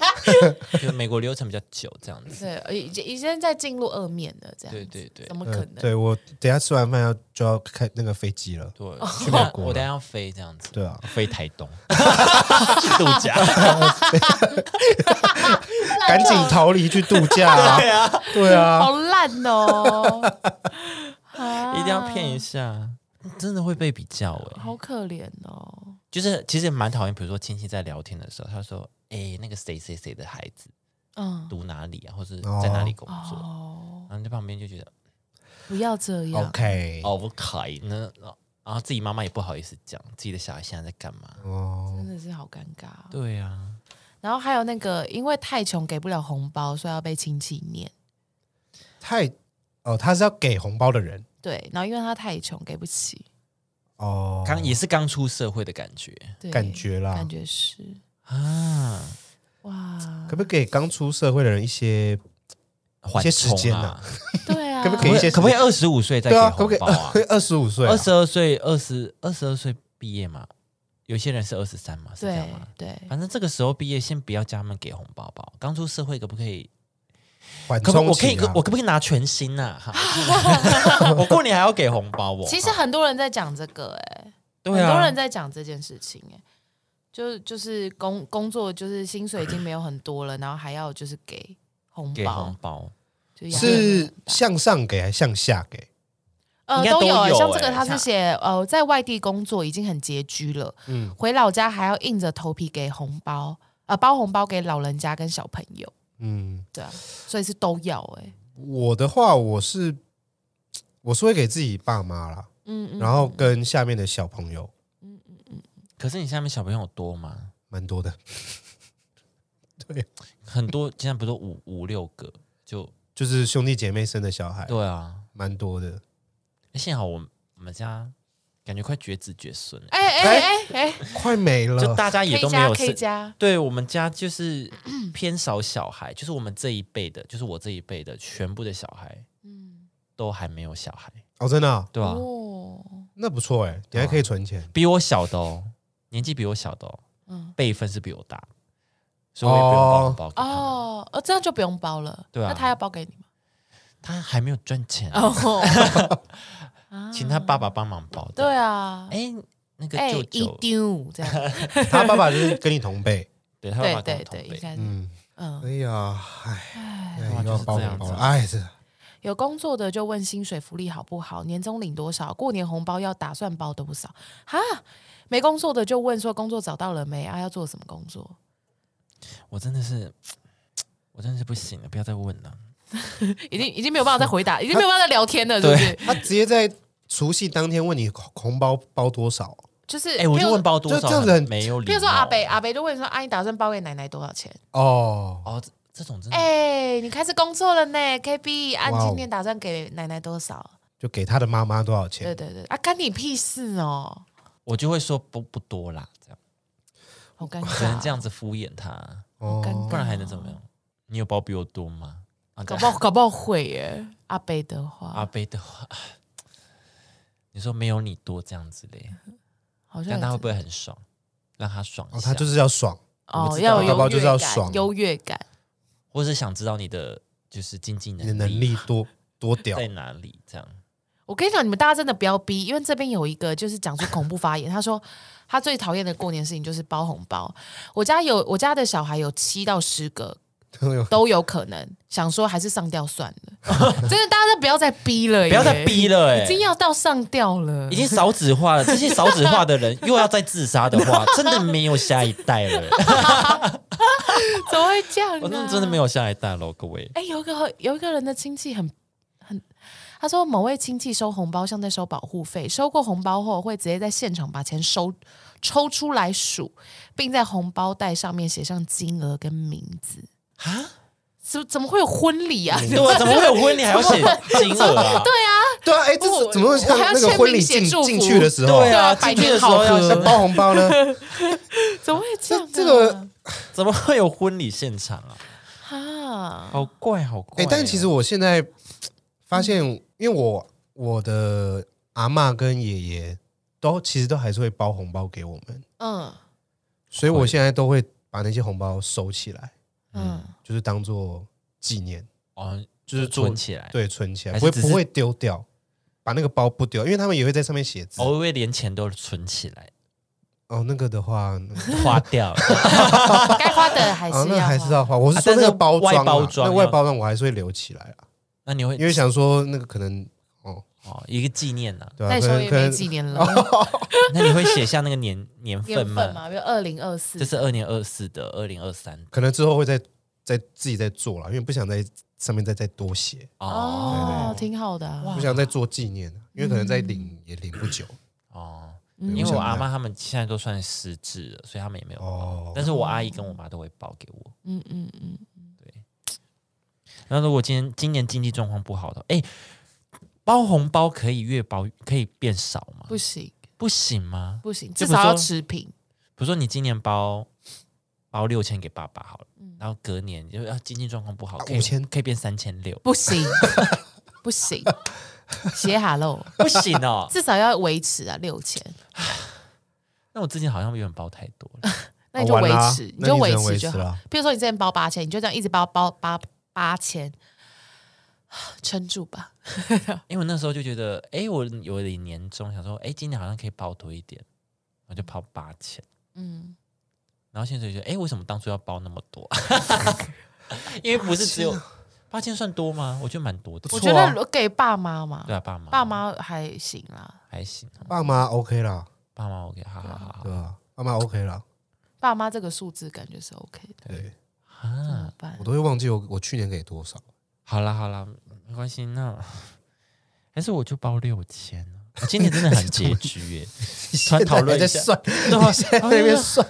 Speaker 1: 就是美国流程比较久这样子。
Speaker 2: 对，呃已经已经在进入二面了，这样
Speaker 1: 对
Speaker 2: 子
Speaker 1: 对对
Speaker 2: 怎么
Speaker 3: 嗯、
Speaker 2: 可能？
Speaker 3: 对我等一下吃完饭要就要开那个飞机了，
Speaker 1: 对，
Speaker 3: 去美
Speaker 1: 那
Speaker 3: 国
Speaker 1: 我等
Speaker 3: 了
Speaker 1: 下要飞这样子，
Speaker 3: 对啊，
Speaker 1: 飞台 东去度 假。
Speaker 2: 烂
Speaker 3: 赶紧
Speaker 2: 透了
Speaker 3: 逃离去度假、啊， 对啊，对啊，
Speaker 2: 好烂哦，啊
Speaker 1: 一定要骗一，下，真的会被比较哎、
Speaker 2: 好可怜哦。
Speaker 1: 就是其实蛮讨厌，比如说亲戚在聊天的时候，他说：“哎、那个谁谁谁的孩子
Speaker 2: 嗯，
Speaker 1: 读哪里啊，或是在哪里工作。
Speaker 2: 哦，
Speaker 1: 然后你在旁边就觉得
Speaker 2: 不要这样。
Speaker 3: OK，
Speaker 1: 哦，我卡呢，然后自己妈妈也不好意思讲自己的小孩现在在干嘛。
Speaker 3: 哦，
Speaker 2: 真的是好尴尬，
Speaker 1: 对啊，
Speaker 2: 然后还有那个，因为太穷给不了红包，所以要被亲戚念。
Speaker 3: 太哦，他是要给红包的人
Speaker 2: 对，然后因为他太穷给不起，
Speaker 3: 哦，
Speaker 1: 刚也是刚出社会的感觉
Speaker 2: 对，
Speaker 3: 感觉啦
Speaker 2: 感觉是
Speaker 1: 啊，
Speaker 2: 哇，
Speaker 3: 可不可以给刚出社会的人一些？
Speaker 1: 缓
Speaker 3: 些时
Speaker 1: 冲
Speaker 3: 间
Speaker 1: 啊
Speaker 3: 啊，
Speaker 2: 对啊，
Speaker 3: 可不
Speaker 1: 可
Speaker 3: 给
Speaker 1: 不可
Speaker 3: 一
Speaker 1: 以
Speaker 3: 些
Speaker 1: 可不可以二十五岁再
Speaker 3: 对
Speaker 1: 给
Speaker 3: 啊，可不
Speaker 1: 红
Speaker 3: 可以
Speaker 1: 包啊？
Speaker 3: 二十五岁啊？
Speaker 1: 二十二岁，二十二十二岁毕业嘛，有些人是二十三嘛，是这样
Speaker 2: 对
Speaker 1: 吗？
Speaker 2: 对，
Speaker 1: 反正这个时候毕业，先不要叫他们给红包包。刚出社会可不可以？
Speaker 3: 缓
Speaker 1: 可不
Speaker 3: 冲
Speaker 1: 我可以
Speaker 3: 期啊
Speaker 1: 我可不可以拿全薪呐、 啊？哈我过年还要给红包哦。
Speaker 2: 其实很多人在讲这个、哎、
Speaker 1: 对
Speaker 2: 很
Speaker 1: 啊，
Speaker 2: 多人在讲这件事情、哎，就就是工工作就是薪水已经没有很多了，然后还要就是给红
Speaker 1: 给红
Speaker 2: 包，
Speaker 1: 包，
Speaker 2: 就压力很
Speaker 3: 是
Speaker 2: 大
Speaker 3: 向上给还是向下给？
Speaker 2: 呃
Speaker 1: 应该
Speaker 2: 都
Speaker 1: 都
Speaker 2: 有、哎
Speaker 1: 有
Speaker 2: 像这
Speaker 1: 哎
Speaker 2: 个他是
Speaker 1: 像
Speaker 2: 写呃在外地工作已经很拮据了，
Speaker 3: 嗯
Speaker 2: 回老家还要硬着头皮给红包，呃包红包给老人家跟小朋友，
Speaker 3: 嗯，
Speaker 2: 对啊，所以是都要哎、
Speaker 3: 我的话我是我是会给自己爸妈啦，
Speaker 2: 嗯嗯，
Speaker 3: 然后跟下面的小朋友
Speaker 1: 可是你下面小朋友多吗？
Speaker 3: 蛮多的，
Speaker 1: 很多，现在不是都五五六个就
Speaker 3: 就是兄弟姐妹生的小孩
Speaker 1: 对啊。
Speaker 3: 蛮多的。
Speaker 1: 诶幸好我我们家感觉快绝子绝孙了，
Speaker 2: 哎哎哎哎，
Speaker 3: 快没了，
Speaker 1: 就大家也
Speaker 2: 可以
Speaker 1: 都没
Speaker 2: 加
Speaker 1: 有
Speaker 2: 可以
Speaker 1: 生
Speaker 2: 加，
Speaker 1: 对我们家就是偏少小孩，就是我们这一辈的，就是我这一辈的，全部的小孩
Speaker 2: 嗯，
Speaker 1: 都还没有小孩，
Speaker 3: 哦，真的啊、
Speaker 1: 对吧、
Speaker 2: 哦，
Speaker 3: 那不错哎、你还可以存 钱，
Speaker 1: 比我小的哦，年纪比我小的哦，
Speaker 2: 嗯，
Speaker 1: 辈分是比我大，所以我也不用包红包给他们。
Speaker 2: 哦，哦，这样就不用包了，
Speaker 1: 对啊
Speaker 2: 那他要包给你吗？
Speaker 1: 他还没有赚钱，
Speaker 2: 哦， 啊
Speaker 1: 请他爸爸帮忙包的。
Speaker 2: 对啊，
Speaker 1: 哎、那个
Speaker 2: 哎，
Speaker 1: 舅
Speaker 2: 一
Speaker 1: 舅，
Speaker 2: 丢 这样，
Speaker 3: 他爸爸就是跟你同辈。
Speaker 1: 对他爸
Speaker 2: 对
Speaker 1: 爸跟我
Speaker 2: 对
Speaker 1: 同
Speaker 2: 对，应
Speaker 1: 辈，
Speaker 2: 该是，
Speaker 3: 嗯，
Speaker 2: 嗯，
Speaker 3: 哎呀，哎，
Speaker 2: 哎，
Speaker 3: 哎又要包红
Speaker 1: 就是这
Speaker 3: 包
Speaker 1: 样
Speaker 3: 了，
Speaker 1: 子
Speaker 3: 哎，是
Speaker 2: 有工作的就问薪水福利好不好，年终领多少，过年红包要打算包多少，哈。没工作的就问说工作找到了没啊？要做什么工作？
Speaker 1: 我真的是，我真的是不行了，不要再问了。
Speaker 2: 已经已经没有办法再回答，已经没有办法再聊天了，是不是？
Speaker 3: 他直接在除夕当天问你红红包包多少，
Speaker 2: 就是
Speaker 1: 哎、我
Speaker 2: 譬
Speaker 1: 就
Speaker 2: 如
Speaker 1: 问包多哦少，
Speaker 3: 就这样子很
Speaker 1: 没有礼貌。
Speaker 2: 比如说阿北，阿北就问说：“阿、啊、你打算包给奶奶多少钱
Speaker 3: 哦，
Speaker 1: 哦，这这种？”真的，
Speaker 2: 哎、你开始工作了呢，KB，啊，
Speaker 3: 哇
Speaker 2: 你
Speaker 3: 哦
Speaker 2: 今天打算给奶奶多少？
Speaker 3: 就给他的妈妈多少钱
Speaker 2: 对？对对，啊，干你屁事哦，
Speaker 1: 我就会说不不多啦，这样
Speaker 2: 好尴
Speaker 1: 只能
Speaker 2: 尬，
Speaker 1: 这样子敷衍他，
Speaker 3: 哦
Speaker 2: 好尴尬，
Speaker 1: 不然还能怎么样？你有包比我多吗？啊，
Speaker 2: 搞
Speaker 1: 对
Speaker 2: 不好搞不好会耶。阿北的话，
Speaker 1: 阿贝的话，你说没有你多这样子嘞，
Speaker 2: 好
Speaker 1: 这样
Speaker 2: 像也
Speaker 1: 他会
Speaker 2: 是
Speaker 1: 不会很爽？让他爽一
Speaker 3: 啊哦，
Speaker 1: 下，
Speaker 3: 他就是要爽，
Speaker 1: 我
Speaker 2: 哦
Speaker 1: 知道
Speaker 2: 要
Speaker 1: 搞
Speaker 2: 有
Speaker 3: 不好
Speaker 2: 优
Speaker 3: 就是
Speaker 2: 越
Speaker 3: 要
Speaker 2: 感，
Speaker 3: 爽
Speaker 2: 优越感。
Speaker 1: 或是想知道你的就是经济
Speaker 3: 你的
Speaker 1: 能
Speaker 3: 能力哦多多屌
Speaker 1: 在哪里，这 样
Speaker 2: 我跟你讲，你们大家真的不要逼，因为这边有一个就是讲出恐怖发言，他说他最讨厌的过年事情就是包红包。我家有我家的小孩有七到十个，都有可能，想说还是上吊算了。 真的，大家都不要再逼了，
Speaker 1: 不要再，逼了、欸，
Speaker 2: 已经要到上吊了
Speaker 1: 已。经少子化了，这些少子化的人又要再自杀的 话，真的没有下一代了、
Speaker 2: 怎么会这样、啊？
Speaker 1: 我真的真的没
Speaker 2: 有。
Speaker 1: 有下一代了，各位。
Speaker 2: 哎、有一个有一个人的亲戚很很，他说某位亲戚收红包像在收保护费，收过红包后会直接在现场把钱收抽出来数，并在红包袋上面写上金额跟名字。
Speaker 1: 啊，
Speaker 2: 怎怎么会有婚礼啊？
Speaker 1: 对啊，怎么会有婚礼还要写金额 啊？
Speaker 3: 对啊，哎，这
Speaker 2: 我
Speaker 3: 是怎么会像
Speaker 2: 我还要
Speaker 3: 那个
Speaker 2: 签
Speaker 3: 婚
Speaker 2: 名
Speaker 3: 礼
Speaker 2: 写
Speaker 3: 进
Speaker 2: 祝福
Speaker 3: 进去的时候
Speaker 1: 对，啊，
Speaker 2: 对啊
Speaker 1: 进去的时候
Speaker 2: 百年好
Speaker 1: 要
Speaker 2: 合
Speaker 3: 那包红 包呢？
Speaker 2: 怎么会这样、啊？
Speaker 3: 这这个
Speaker 1: 怎么会有婚礼现场啊？
Speaker 2: 哈，
Speaker 1: 好怪，好怪、哦
Speaker 3: 哎，但其实我现在发现，因为我我的阿嬷跟爷爷都其实都还是会包红包给我们，
Speaker 2: 嗯
Speaker 3: 所以我
Speaker 1: 会
Speaker 3: 现在都会把那些红包收起来，
Speaker 2: 嗯
Speaker 3: 就是当做纪念，
Speaker 1: 哦，
Speaker 3: 就是做
Speaker 1: 存起来，，
Speaker 3: 对存起来，
Speaker 1: 还
Speaker 3: 不
Speaker 1: 是
Speaker 3: 会
Speaker 1: 只
Speaker 3: 不
Speaker 1: 是
Speaker 3: 会丢掉，把那个包不丢，因为他们也会在上面写字。
Speaker 1: 哦我以为连钱都存起来，
Speaker 3: 哦，那个 的话，那个
Speaker 1: 花掉了，
Speaker 2: 该花的还是
Speaker 3: 啊，那个还是
Speaker 2: 要花。
Speaker 3: 要花。我是
Speaker 1: 啊
Speaker 3: 说那
Speaker 1: 但
Speaker 3: 个
Speaker 1: 是
Speaker 3: 包装啊、
Speaker 1: 外包装
Speaker 3: 那外
Speaker 1: 要
Speaker 3: 包装我还是会留起来啊，
Speaker 1: 那你会
Speaker 3: 因为想说那个可能
Speaker 1: 哦一个纪念呐，
Speaker 3: 对吧、
Speaker 2: 那
Speaker 3: 啊
Speaker 2: 时
Speaker 3: 可
Speaker 2: 候
Speaker 3: 能
Speaker 2: 也
Speaker 3: 可
Speaker 2: 没
Speaker 3: 能哦
Speaker 2: 几年了，
Speaker 1: 那你会写下那个年年
Speaker 2: 年
Speaker 1: 份
Speaker 2: 份
Speaker 1: 吗？
Speaker 2: 嘛，比如二零二四
Speaker 1: 这，是二零二四的，二零二三
Speaker 3: 可能之后会再再自己再做了，因为不想在上面再再多写，
Speaker 1: 哦
Speaker 2: 哦，挺好的啊，
Speaker 1: 哇
Speaker 3: 不想再做纪念了，因为可能再领也领不久。
Speaker 1: 哦，
Speaker 2: 嗯
Speaker 1: 因为我阿妈他们现在都算失智了，所以他们也没有包
Speaker 3: 哦，
Speaker 1: 但是我阿姨跟我妈都会包给我。
Speaker 2: 嗯嗯嗯，
Speaker 1: 那如果今天今年经济状况不好的，哎，包红包可以越包可以变少吗？
Speaker 2: 不行
Speaker 1: 不行吗？
Speaker 2: 不行，
Speaker 1: 就
Speaker 2: 至
Speaker 1: 比如
Speaker 2: 少要
Speaker 1: 说
Speaker 2: 持平，
Speaker 1: 比如说你今年包包六千给爸爸好了，
Speaker 2: 嗯
Speaker 1: 然后隔年就是啊经济状况不好，可以
Speaker 3: 5000
Speaker 1: 可以变三千六，
Speaker 2: 不行 不行，写哈喽，
Speaker 1: 不行哦。
Speaker 2: 至少要维持啊六千，
Speaker 1: 那我之前好像有点包太多了，
Speaker 2: 那你就
Speaker 3: 好
Speaker 2: 维
Speaker 3: 玩哦啦
Speaker 2: 持，
Speaker 3: 那
Speaker 2: 就
Speaker 3: 你只
Speaker 2: 维
Speaker 3: 能
Speaker 2: 持
Speaker 3: 维
Speaker 2: 就
Speaker 3: 持
Speaker 2: 好
Speaker 3: 啦。
Speaker 2: 比如说你之前包八千，你就这样一直包包八八千，撑住吧。
Speaker 1: 因为我那时候就觉得，哎，我有点年终想说，哎，今年好像可以包多一点，我就包八千。
Speaker 2: 嗯，
Speaker 1: 然后现在就觉得，哎，为什么当初要包那么多？ 因为不是只有八千算多吗？我觉得蛮多的
Speaker 3: 不
Speaker 2: 我，
Speaker 3: 错
Speaker 2: 觉
Speaker 3: 啊
Speaker 2: 得我给爸妈嘛，
Speaker 1: 对啊，爸妈
Speaker 2: 爸妈还行啦，
Speaker 1: 还行哦，
Speaker 3: 爸妈 OK 啦，
Speaker 1: 爸妈 OK，好好好好
Speaker 3: 对啊吧、爸妈 OK 啦，
Speaker 2: 爸妈这个数字感觉是 OK 的，
Speaker 3: 对
Speaker 2: 怎
Speaker 1: 啊
Speaker 2: 么，办
Speaker 3: 我？都会忘记我我去年给多少。
Speaker 1: 好啦好啦，没关系，那 还是我就包六千。我今年真的很拮据 耶，突然讨论
Speaker 3: 在
Speaker 1: 一
Speaker 3: 在
Speaker 1: 下，
Speaker 3: 算，
Speaker 1: 对啊
Speaker 3: 你现在在那边算，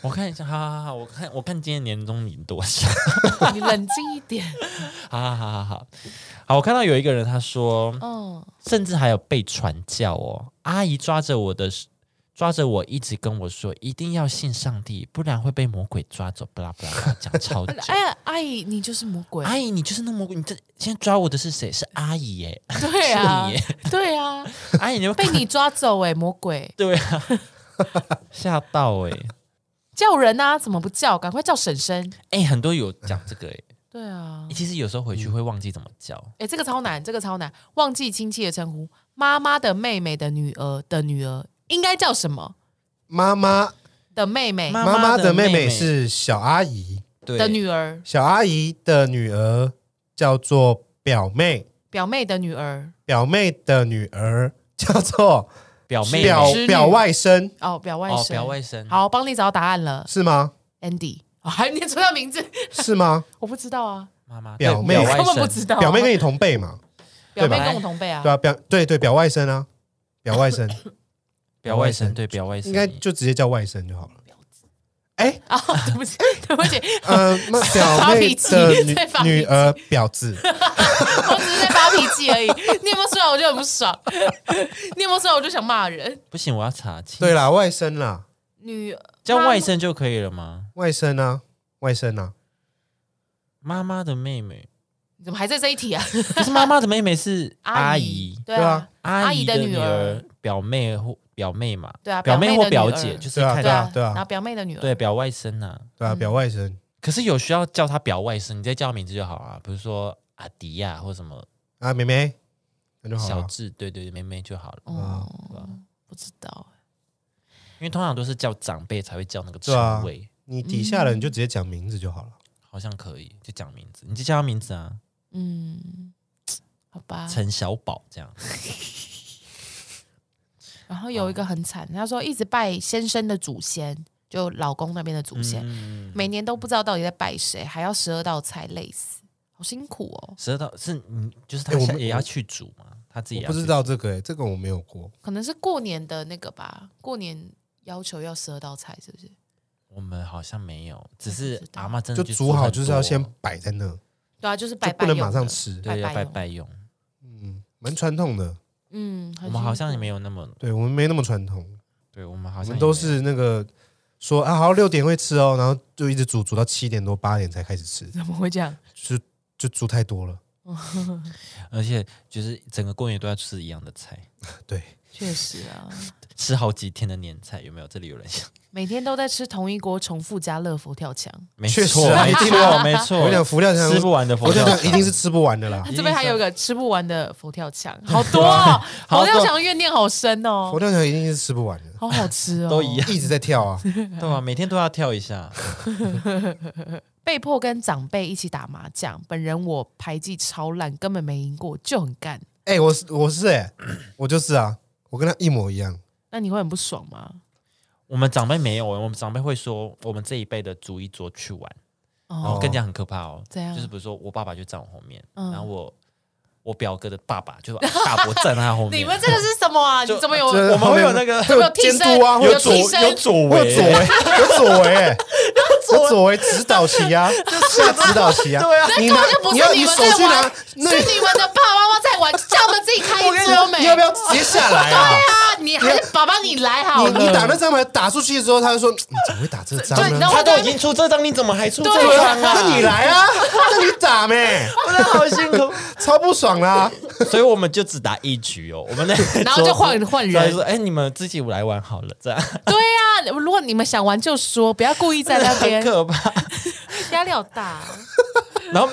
Speaker 1: 我看一下，好好好，我看我看今年年终领多少，
Speaker 2: 你冷静一点。
Speaker 1: 好好好好好，好，我看到有一个人他说，
Speaker 2: 嗯，
Speaker 1: 甚至还有被传教哦。阿姨抓着我的，抓着我一直跟我说，一定要信上帝，不然会被魔鬼抓走。巴拉巴拉巴拉，讲超久。
Speaker 2: 哎呀，阿姨，你就是魔鬼。
Speaker 1: 阿哎姨，你就是那魔鬼，你这现在抓我的是谁？是阿姨耶，
Speaker 2: 对啊
Speaker 1: 是你，
Speaker 2: 对啊，
Speaker 1: 阿姨，你会
Speaker 2: 被你抓走哎、魔鬼！
Speaker 1: 对啊， 吓到哎、
Speaker 2: 叫人啊，怎么不叫？赶快叫婶婶。
Speaker 1: 哎、很多有讲这个哎、
Speaker 2: 对啊，
Speaker 1: 其实有时候回去会忘记怎么叫，
Speaker 2: 哎、这个超难，这个超难，忘记亲戚的称呼，妈妈的妹妹的女儿的女儿应该叫什么？
Speaker 3: 妈妈
Speaker 2: 的妹妹
Speaker 1: 妈
Speaker 3: 妈
Speaker 1: 妈
Speaker 3: 妈
Speaker 1: 的
Speaker 3: 的
Speaker 1: 妹
Speaker 3: 妹
Speaker 1: 妹
Speaker 3: 妹是小阿姨，
Speaker 1: 对
Speaker 2: 的女儿，
Speaker 3: 小阿姨的女儿叫做表妹，
Speaker 2: 表妹的女儿，
Speaker 3: 表妹的女儿叫做
Speaker 1: 表妹
Speaker 3: 表
Speaker 2: 侄女
Speaker 3: 表外甥，
Speaker 2: 哦，表外
Speaker 1: 哦，
Speaker 2: 甥，
Speaker 1: 表外甥，
Speaker 2: 好，帮你找答案了
Speaker 3: 是吗？
Speaker 2: ，Andy。哦、还念出他名字，
Speaker 3: 是吗？
Speaker 2: 我不知道啊，
Speaker 1: 妈妈
Speaker 3: 表
Speaker 1: 对
Speaker 3: 妹
Speaker 1: 表
Speaker 2: 我
Speaker 1: 外
Speaker 2: 根本不
Speaker 1: 甥
Speaker 2: 知道啊、
Speaker 3: 表妹跟你同辈嘛？
Speaker 2: 表妹
Speaker 1: 对吧
Speaker 2: 跟我同辈啊
Speaker 3: 对，啊，表对对表外甥啊，表 外甥
Speaker 1: 表外甥对表外甥
Speaker 3: 应该就直接叫外 甥就好了。哎，
Speaker 2: 啊、对不起，对不起，
Speaker 3: 嗯，那表
Speaker 2: 发
Speaker 3: 妹
Speaker 2: 脾气
Speaker 3: 的
Speaker 2: 在发脾
Speaker 3: 女女儿婊子，
Speaker 2: 我只是在发脾气而已。念不出来我就很不爽，念不出来我就想骂人。
Speaker 1: 不行，我要查清。
Speaker 3: 对啦，外甥啦，
Speaker 2: 女
Speaker 1: 叫
Speaker 2: 妈
Speaker 1: 外甥就可以了吗？
Speaker 3: 外甥啊，外甥啊，
Speaker 1: 妈妈的妹妹，
Speaker 2: 你怎么还在这一题啊？
Speaker 1: 可是妈妈的妹妹是 阿
Speaker 2: 姨
Speaker 1: 姨，，
Speaker 2: 对
Speaker 3: 对
Speaker 2: 啊
Speaker 3: 啊，
Speaker 1: 阿
Speaker 2: 姨
Speaker 1: 的
Speaker 2: 女儿
Speaker 1: 儿、表妹或表妹嘛，
Speaker 2: 对啊，
Speaker 1: 表妹
Speaker 2: 的
Speaker 1: 或
Speaker 2: 女
Speaker 1: 表
Speaker 2: 儿
Speaker 1: 姐，就是
Speaker 3: 对啊
Speaker 1: 看
Speaker 2: 对啊，
Speaker 3: 对啊
Speaker 2: 然后表妹的女儿，
Speaker 1: 对表外甥呐。
Speaker 3: 对啊，表外甥，
Speaker 1: 可是有需要叫她表外甥，你再叫她名字就好啊，比如说阿迪呀、或什么
Speaker 3: 啊，妹妹，那就好啊
Speaker 1: 小
Speaker 3: 了。
Speaker 1: 智，对对对，妹妹就好了。
Speaker 2: 哦
Speaker 1: 对啊，
Speaker 2: 不知道，欸
Speaker 1: 因为通常都是叫长辈才会叫那个
Speaker 3: 对啊
Speaker 1: 称谓，
Speaker 3: 你底下人就直接讲名字就好了。
Speaker 1: 好像可以就讲名字，你就叫她名字啊，
Speaker 2: 嗯，好吧。
Speaker 1: 陈小宝这样。
Speaker 2: 然后有一个很惨，他说一直拜先生的祖先，就老公那边的祖先，
Speaker 1: 嗯，
Speaker 2: 每年都不知道到底在拜谁，还要十二道菜，累死，好辛苦哦。
Speaker 1: 十二道是你就是她
Speaker 3: 哎我
Speaker 1: 现在
Speaker 3: 们
Speaker 1: 也要去煮嘛，她自己
Speaker 3: 我
Speaker 1: 也要
Speaker 3: 不知
Speaker 1: 去
Speaker 3: 道这个、欸，这个我没有过。
Speaker 2: 可能是过年的那个吧，过年要求要十二道菜，是不是？
Speaker 1: 我们好像没有，只
Speaker 2: 我
Speaker 1: 是
Speaker 2: 不知道
Speaker 1: 阿妈真
Speaker 3: 就
Speaker 1: 的
Speaker 3: 煮
Speaker 1: 嗯
Speaker 3: 好
Speaker 1: 很
Speaker 3: 就是要
Speaker 1: 多
Speaker 3: 先摆在那，
Speaker 2: 对啊，就是拜
Speaker 3: 就
Speaker 2: 拜
Speaker 3: 不能
Speaker 2: 用
Speaker 3: 马上
Speaker 2: 的
Speaker 3: 吃。
Speaker 1: 对要
Speaker 2: 拜拜
Speaker 1: 拜
Speaker 2: 用啊
Speaker 1: 拜用。
Speaker 3: 嗯，蛮传统的。
Speaker 2: 嗯，很
Speaker 1: 我们好
Speaker 2: 辛
Speaker 1: 像也
Speaker 2: 苦
Speaker 1: 没有那么，
Speaker 3: 对我们没那么传统，
Speaker 1: 对我们好
Speaker 3: 我
Speaker 1: 像
Speaker 3: 们
Speaker 1: 也没
Speaker 3: 都
Speaker 1: 有
Speaker 3: 是那个说啊，好六点会吃哦，然后就一直煮煮到七点多八点才开始吃，
Speaker 2: 怎么会这样？
Speaker 3: 就就煮太多了。
Speaker 1: 而且就是整个过年都要吃一样的菜，
Speaker 3: 对，
Speaker 2: 确实啊，
Speaker 1: 吃好几天的年菜，有没有？这里有人想，
Speaker 2: 每天都在吃同一锅重复加乐佛跳墙。
Speaker 1: 没
Speaker 3: 确
Speaker 1: 错
Speaker 3: 实，啊
Speaker 1: 没
Speaker 3: 一定
Speaker 1: 错，
Speaker 3: 啊
Speaker 1: 没
Speaker 3: 我跟你讲，
Speaker 1: 错，
Speaker 3: 福料香
Speaker 1: 哦吃不完的佛
Speaker 3: 我
Speaker 1: 跳
Speaker 3: 跟你
Speaker 1: 墙
Speaker 3: 讲，一定是吃不完的啦。
Speaker 1: 一定
Speaker 2: 这边还
Speaker 1: 是
Speaker 2: 有一个吃不完的佛 跳墙，好多哦！
Speaker 1: 啊好
Speaker 2: 佛跳
Speaker 1: 多
Speaker 2: 墙怨念好深
Speaker 3: 佛
Speaker 2: 哦，
Speaker 3: 跳墙一定是吃不完的，
Speaker 2: 好好吃哦，
Speaker 1: 都一样，
Speaker 3: 一直在跳啊。
Speaker 1: 对吧？每天都要跳一下，
Speaker 2: 被迫跟长辈一起打麻将，本人我牌技超烂，根本没赢过，就很干。
Speaker 3: 哎，我是我是哎，我就是啊，我跟他一模一样。
Speaker 2: 那你会很不爽吗？
Speaker 1: 我们长辈没有，我们长辈会说，我们这一辈的逐一桌去玩，然后
Speaker 2: 哦，
Speaker 1: 跟你讲很可怕哦，
Speaker 2: 怎样
Speaker 1: 就是比如说我爸爸就站我后面，
Speaker 2: 嗯
Speaker 1: 然后我我表哥的爸爸就是 大伯站在他后面，
Speaker 2: 你们这个是什么啊？
Speaker 1: 就
Speaker 2: 你怎么有？
Speaker 3: 这
Speaker 1: 哦我们会有那个
Speaker 3: 会有监
Speaker 2: 替身
Speaker 3: 督啊，会
Speaker 2: 有
Speaker 3: 有左
Speaker 2: 替身
Speaker 3: 有
Speaker 1: 左
Speaker 3: 我有左为，有左为、 欸，有左为指导棋啊，下指导棋啊，对啊，你拿
Speaker 2: 根本就不是
Speaker 3: 要
Speaker 2: 你
Speaker 3: 你
Speaker 2: 们
Speaker 3: 手
Speaker 2: 在
Speaker 3: 去拿
Speaker 2: 玩，
Speaker 3: 那
Speaker 2: 是你们的爸爸妈妈在玩，叫我们自己开一
Speaker 3: 我跟你
Speaker 2: 桌
Speaker 3: 讲，
Speaker 2: 没？
Speaker 3: 你要不要直接下来啊？
Speaker 2: 啊？你还是爸爸你来好
Speaker 3: 你
Speaker 2: 了。
Speaker 3: 你打那张牌打出去之后，他就说你怎么会打这张
Speaker 2: 嗯对你
Speaker 3: 呢
Speaker 2: 知道？我
Speaker 1: 他都已经出这张，你怎么还出这
Speaker 2: 对
Speaker 1: 张啊？
Speaker 3: 那你来啊，那你打呗，
Speaker 1: 不是好辛苦，
Speaker 3: 超不爽 啦！
Speaker 1: 所以我们就只打一局哦，我们那
Speaker 2: 然后就换换
Speaker 1: 所以
Speaker 2: 人
Speaker 1: 说，，哎，你们自己来玩好了，这样
Speaker 2: 对呀、如果你们想玩就说，不要故意在那
Speaker 1: 很
Speaker 2: 边，
Speaker 1: 可怕。
Speaker 2: 压力好大。啊
Speaker 1: 然后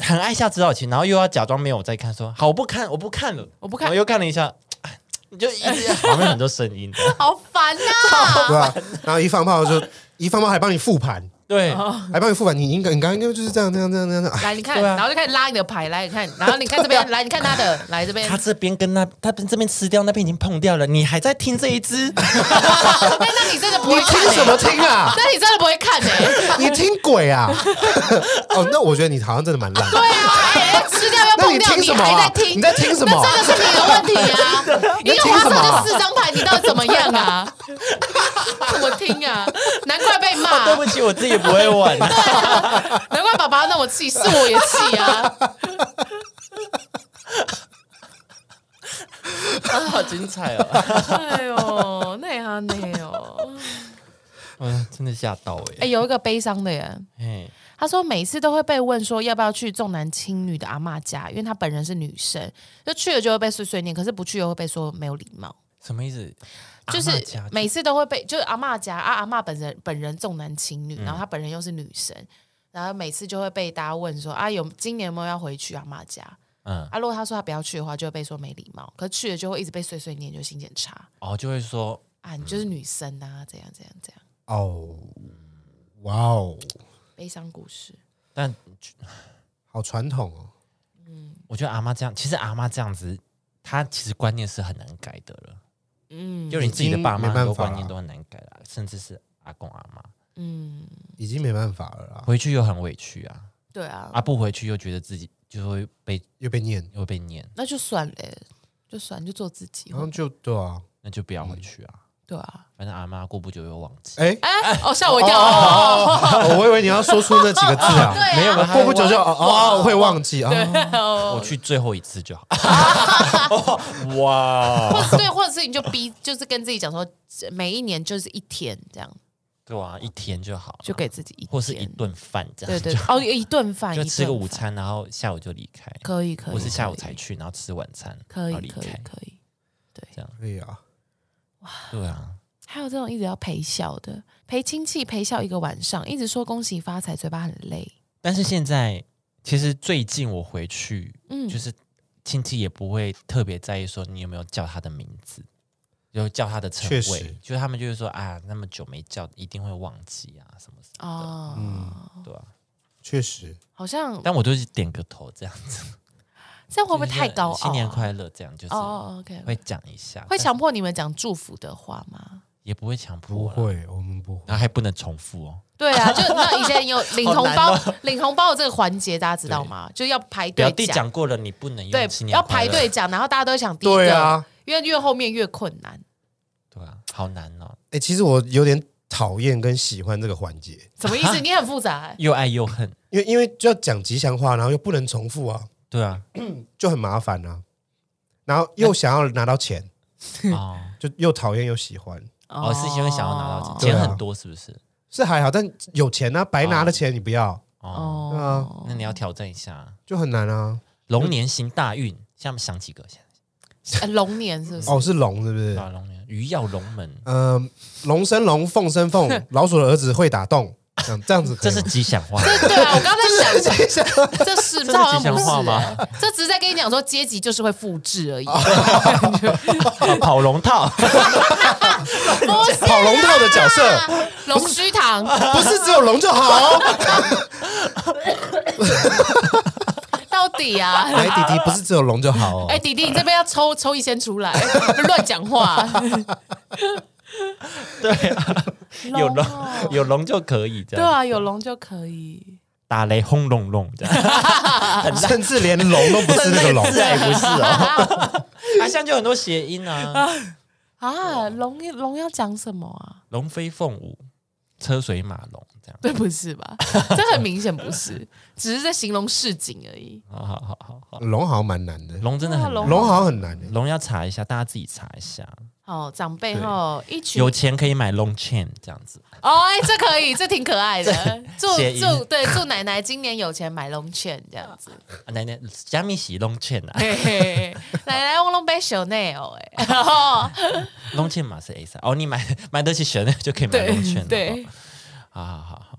Speaker 1: 很爱下指导棋，然后又要假装没有在看，说好我不看，我不看了，
Speaker 2: 我不看
Speaker 1: 我又看了一下，哎你就一直旁边很多声 音的，
Speaker 2: 好烦啊
Speaker 3: 对
Speaker 2: 呐、
Speaker 3: 吧？然后一放炮就一放炮还帮你复盘，
Speaker 1: 对，
Speaker 2: 哦
Speaker 3: 还帮你复盘，你应该你刚刚就是这样这样这样这样这样，哎
Speaker 2: 来，你看，
Speaker 1: 对啊
Speaker 2: 然后就开始拉你的牌，来，你看，然后你看这
Speaker 3: 啊
Speaker 2: 边，来，你看他的，来这边
Speaker 1: 他，这边跟那他这边吃掉，那边已经碰掉了，你还在听这一 支？
Speaker 2: 啊那哎那你真的不
Speaker 3: 你
Speaker 2: 会
Speaker 3: 听
Speaker 2: 看、
Speaker 3: 什么
Speaker 2: 欸？
Speaker 3: 听啊？
Speaker 2: 那你真的不会看呢、 欸？
Speaker 3: 你听鬼啊！哦，那我觉得你好像真的蛮 烂的。
Speaker 2: 对啊，哎、吃掉要
Speaker 3: 那
Speaker 2: 碰
Speaker 3: 你
Speaker 2: 掉，
Speaker 3: 听什么
Speaker 2: 还
Speaker 3: 啊
Speaker 2: 在？听？
Speaker 3: 你在听什么
Speaker 2: 那真的是你的问题 啊！你
Speaker 3: 你在
Speaker 2: 有
Speaker 3: 听
Speaker 2: 花
Speaker 3: 什么
Speaker 2: 色
Speaker 3: 啊
Speaker 2: 就四张牌，你到底怎么样啊？ 我听啊，难怪被骂，
Speaker 1: 对不起，我自己不会 玩。
Speaker 2: 难怪爸爸要那么气，是我也气啊！
Speaker 1: 啊好精彩哦！
Speaker 2: 哎呦，那哈那哦，
Speaker 1: 嗯，真的吓到哎、
Speaker 2: 哎、有一个悲伤的耶，
Speaker 1: 欸！
Speaker 2: 他说每次都会被问说要不要去重男轻女的阿嬷家，因为他本人是女生，就去了就会被碎碎念，可是不去又会被说没有礼貌。
Speaker 1: 什么意思？
Speaker 2: 就是
Speaker 1: 阿嬷家
Speaker 2: 每次都会被，就是阿嬷家啊，阿嬷本人本人重男轻女，然后她本人又是女生，然后每次就会被大家问说啊，有今年有没有要回去阿嬷家？
Speaker 1: 嗯，
Speaker 2: 啊，如果她说她不要去的话，就会被说没礼貌，可去了就会一直被碎碎念，就心情差
Speaker 1: 哦，就会说
Speaker 2: 啊，你就是女生啊，怎样怎样怎样，
Speaker 3: 哦，哇哦，
Speaker 2: 悲伤故事。
Speaker 1: 但
Speaker 3: 好传统哦。
Speaker 1: 我觉得阿妈这样，其实阿妈这样子，她其实观念是很难改的了。
Speaker 2: 嗯
Speaker 1: 就你自己的爸妈
Speaker 3: 已经
Speaker 1: 很
Speaker 3: 没办
Speaker 1: 多
Speaker 3: 法
Speaker 1: 观念
Speaker 3: 了
Speaker 1: 都很难改啦，甚至是阿公阿妈
Speaker 2: 嗯，
Speaker 3: 已经没办法了啦，
Speaker 1: 回去又很委屈啊，
Speaker 2: 对啊，
Speaker 1: 啊不回去又觉得自己就会被
Speaker 3: 又被念，
Speaker 1: 又会被念，
Speaker 2: 那就算了，就算就做自己
Speaker 3: 然，后就对啊，
Speaker 1: 那就不要回去啊。
Speaker 2: 对啊。
Speaker 1: 反正阿妈过不久又忘记，
Speaker 3: 哎，
Speaker 2: 哎，哦，吓我一跳！哦，
Speaker 3: 哦我以为你要说出那几个字啊，
Speaker 2: 对，
Speaker 1: 没有
Speaker 3: 过不久就哦哦，我会忘记啊，
Speaker 1: 我
Speaker 2: 我
Speaker 1: 去最后一次就 好。哇，哦
Speaker 2: 或者对，或者是你就 逼，就是跟自己讲说，每一年就是一天这样，
Speaker 1: 对啊，一天就好了，
Speaker 2: 就给自己一天，
Speaker 1: 或是一顿饭这
Speaker 2: 对
Speaker 1: 样，
Speaker 2: 对对哦，一顿饭
Speaker 1: 就
Speaker 2: 一
Speaker 1: 吃个
Speaker 2: 顿
Speaker 1: 午
Speaker 2: 饭
Speaker 1: 餐，然后下午就离开。
Speaker 2: 可以可以，
Speaker 1: 我是下午
Speaker 2: 可以
Speaker 1: 才去，然后吃晚餐，
Speaker 2: 可
Speaker 1: 然
Speaker 2: 以
Speaker 1: 后离
Speaker 2: 可以
Speaker 1: 开。
Speaker 2: 可以。
Speaker 3: 可以啊，
Speaker 1: 对啊，
Speaker 2: 还有这种一直要陪笑的，陪亲戚陪笑一个晚上，一直说恭喜发财，嘴巴很累。
Speaker 1: 但是现在其实最近我回去，
Speaker 2: 嗯，
Speaker 1: 就是亲戚也不会特别在意说你有没有叫他的名字，有叫他的称
Speaker 3: 确
Speaker 1: 谓
Speaker 3: 实，
Speaker 1: 就是他们就是说啊，那么久没叫，一定会忘记啊什么什么的，
Speaker 2: 哦，
Speaker 1: 对啊。
Speaker 3: 确实，
Speaker 2: 好像
Speaker 1: 但我就是点个头这样子，
Speaker 2: 这样会不会
Speaker 1: 就是
Speaker 2: 太高傲啊？
Speaker 1: 新年快乐这样就是
Speaker 2: 哦哦，OK，
Speaker 1: 会讲一下，
Speaker 2: 会
Speaker 1: 但
Speaker 2: 强迫你们讲祝福的话吗？
Speaker 1: 也不会强迫
Speaker 3: 不
Speaker 1: 我啦，
Speaker 3: 会，我们不会
Speaker 1: 然，后还不能重复哦，
Speaker 2: 对啊，就 那以前有领红
Speaker 1: 好
Speaker 2: 包、
Speaker 1: 难哦
Speaker 2: 领红包的这个环节，大家知道吗？就要排队
Speaker 1: 表弟讲过了，你不能
Speaker 2: 对
Speaker 1: 用新，年
Speaker 2: 要
Speaker 1: 快
Speaker 2: 排
Speaker 1: 乐
Speaker 2: 队，讲，然后大家都想第一个，
Speaker 3: 对啊，
Speaker 2: 因为越后面越困难。
Speaker 1: 对啊，好难哦，
Speaker 3: 哎，其实我有点讨厌跟喜欢这个环节，
Speaker 2: 什么意思？你很复杂、欸。
Speaker 1: 又爱又恨，
Speaker 3: 因为因为就要讲吉祥话，然后又不能重复啊，
Speaker 1: 对 啊，
Speaker 3: 就很麻烦啊，然后又想要拿到钱，
Speaker 1: 哦。
Speaker 3: 就又讨厌又喜欢。
Speaker 1: 哦，是因为想要拿到
Speaker 3: 对
Speaker 1: 钱，
Speaker 3: 啊
Speaker 1: 钱很多是不是？
Speaker 3: 是还好，但有钱啊，白拿的钱你不要，
Speaker 1: 哦，
Speaker 2: 哦，
Speaker 1: 那你要挑战一下
Speaker 3: 就很难啊。
Speaker 1: 龙年行大运，下面想几个？现在
Speaker 2: 呃龙年是不是？
Speaker 3: 哦，是龙是不
Speaker 1: 对啊，
Speaker 3: 是？
Speaker 1: 龙年鱼跃龙门，
Speaker 3: 嗯，龙生龙，凤 生凤，老鼠的儿子会打洞，这样这样子可
Speaker 1: 这
Speaker 3: 以
Speaker 1: 是
Speaker 3: 吗。
Speaker 1: 吉祥话。
Speaker 2: 对啊，我刚刚在
Speaker 3: 这是
Speaker 2: 想，这是
Speaker 1: 这是
Speaker 2: 这好像
Speaker 1: 吉
Speaker 2: 不
Speaker 1: 祥话
Speaker 2: 是
Speaker 1: 吗
Speaker 2: 欸，这只是在跟你讲说阶级就是会复 制而已，
Speaker 1: 啊跑龙 套，
Speaker 2: 不是
Speaker 3: 跑龙套的角色，
Speaker 2: 啊龙须糖，
Speaker 3: 不是只有龙就好。哦
Speaker 2: 到底啊？
Speaker 3: 来，哎弟弟不是只有龙就好哦
Speaker 2: 哎、。弟弟，你这边要抽抽一先 出来，乱讲话。
Speaker 1: 对啊，有龙
Speaker 2: 哦
Speaker 1: 有龙就可以这
Speaker 2: 对
Speaker 1: 样，
Speaker 2: 啊，有龙就可以。
Speaker 1: 打雷轰隆隆这样，，
Speaker 3: 甚至连龙都不是那个龙
Speaker 1: 自然不是哦。啊，像就很多谐音啊，
Speaker 2: 啊，龙龙要讲什么啊？
Speaker 1: 龙飞凤舞，车水马龙这 样。
Speaker 2: 这不 是吧？这很明显不是，只是在形容市井而已。
Speaker 1: 好好好好好，
Speaker 3: 龙好像蛮难的，
Speaker 1: 龙真的很
Speaker 2: 哇
Speaker 1: 难
Speaker 3: 龙好像很难欸。
Speaker 1: 龙要查一下，大家自己查一下。
Speaker 2: 哦，长辈哈，一群
Speaker 1: 有钱可以买 long chain 这样子，
Speaker 2: 哦，哎，这可以，这挺可爱的。祝
Speaker 1: 谐音
Speaker 2: 祝对祝奶奶今年有钱买龙券这样 子。
Speaker 1: 啊奶奶加密洗 long chain 啊
Speaker 2: 嘿嘿嘿奶奶我龙杯小内哦， 哎，
Speaker 1: ，long chain 嘛是 A 三哦，你买 买得起 Chanel 就可以买 long
Speaker 2: 对
Speaker 1: chain
Speaker 2: 对
Speaker 1: 了。。好好好好，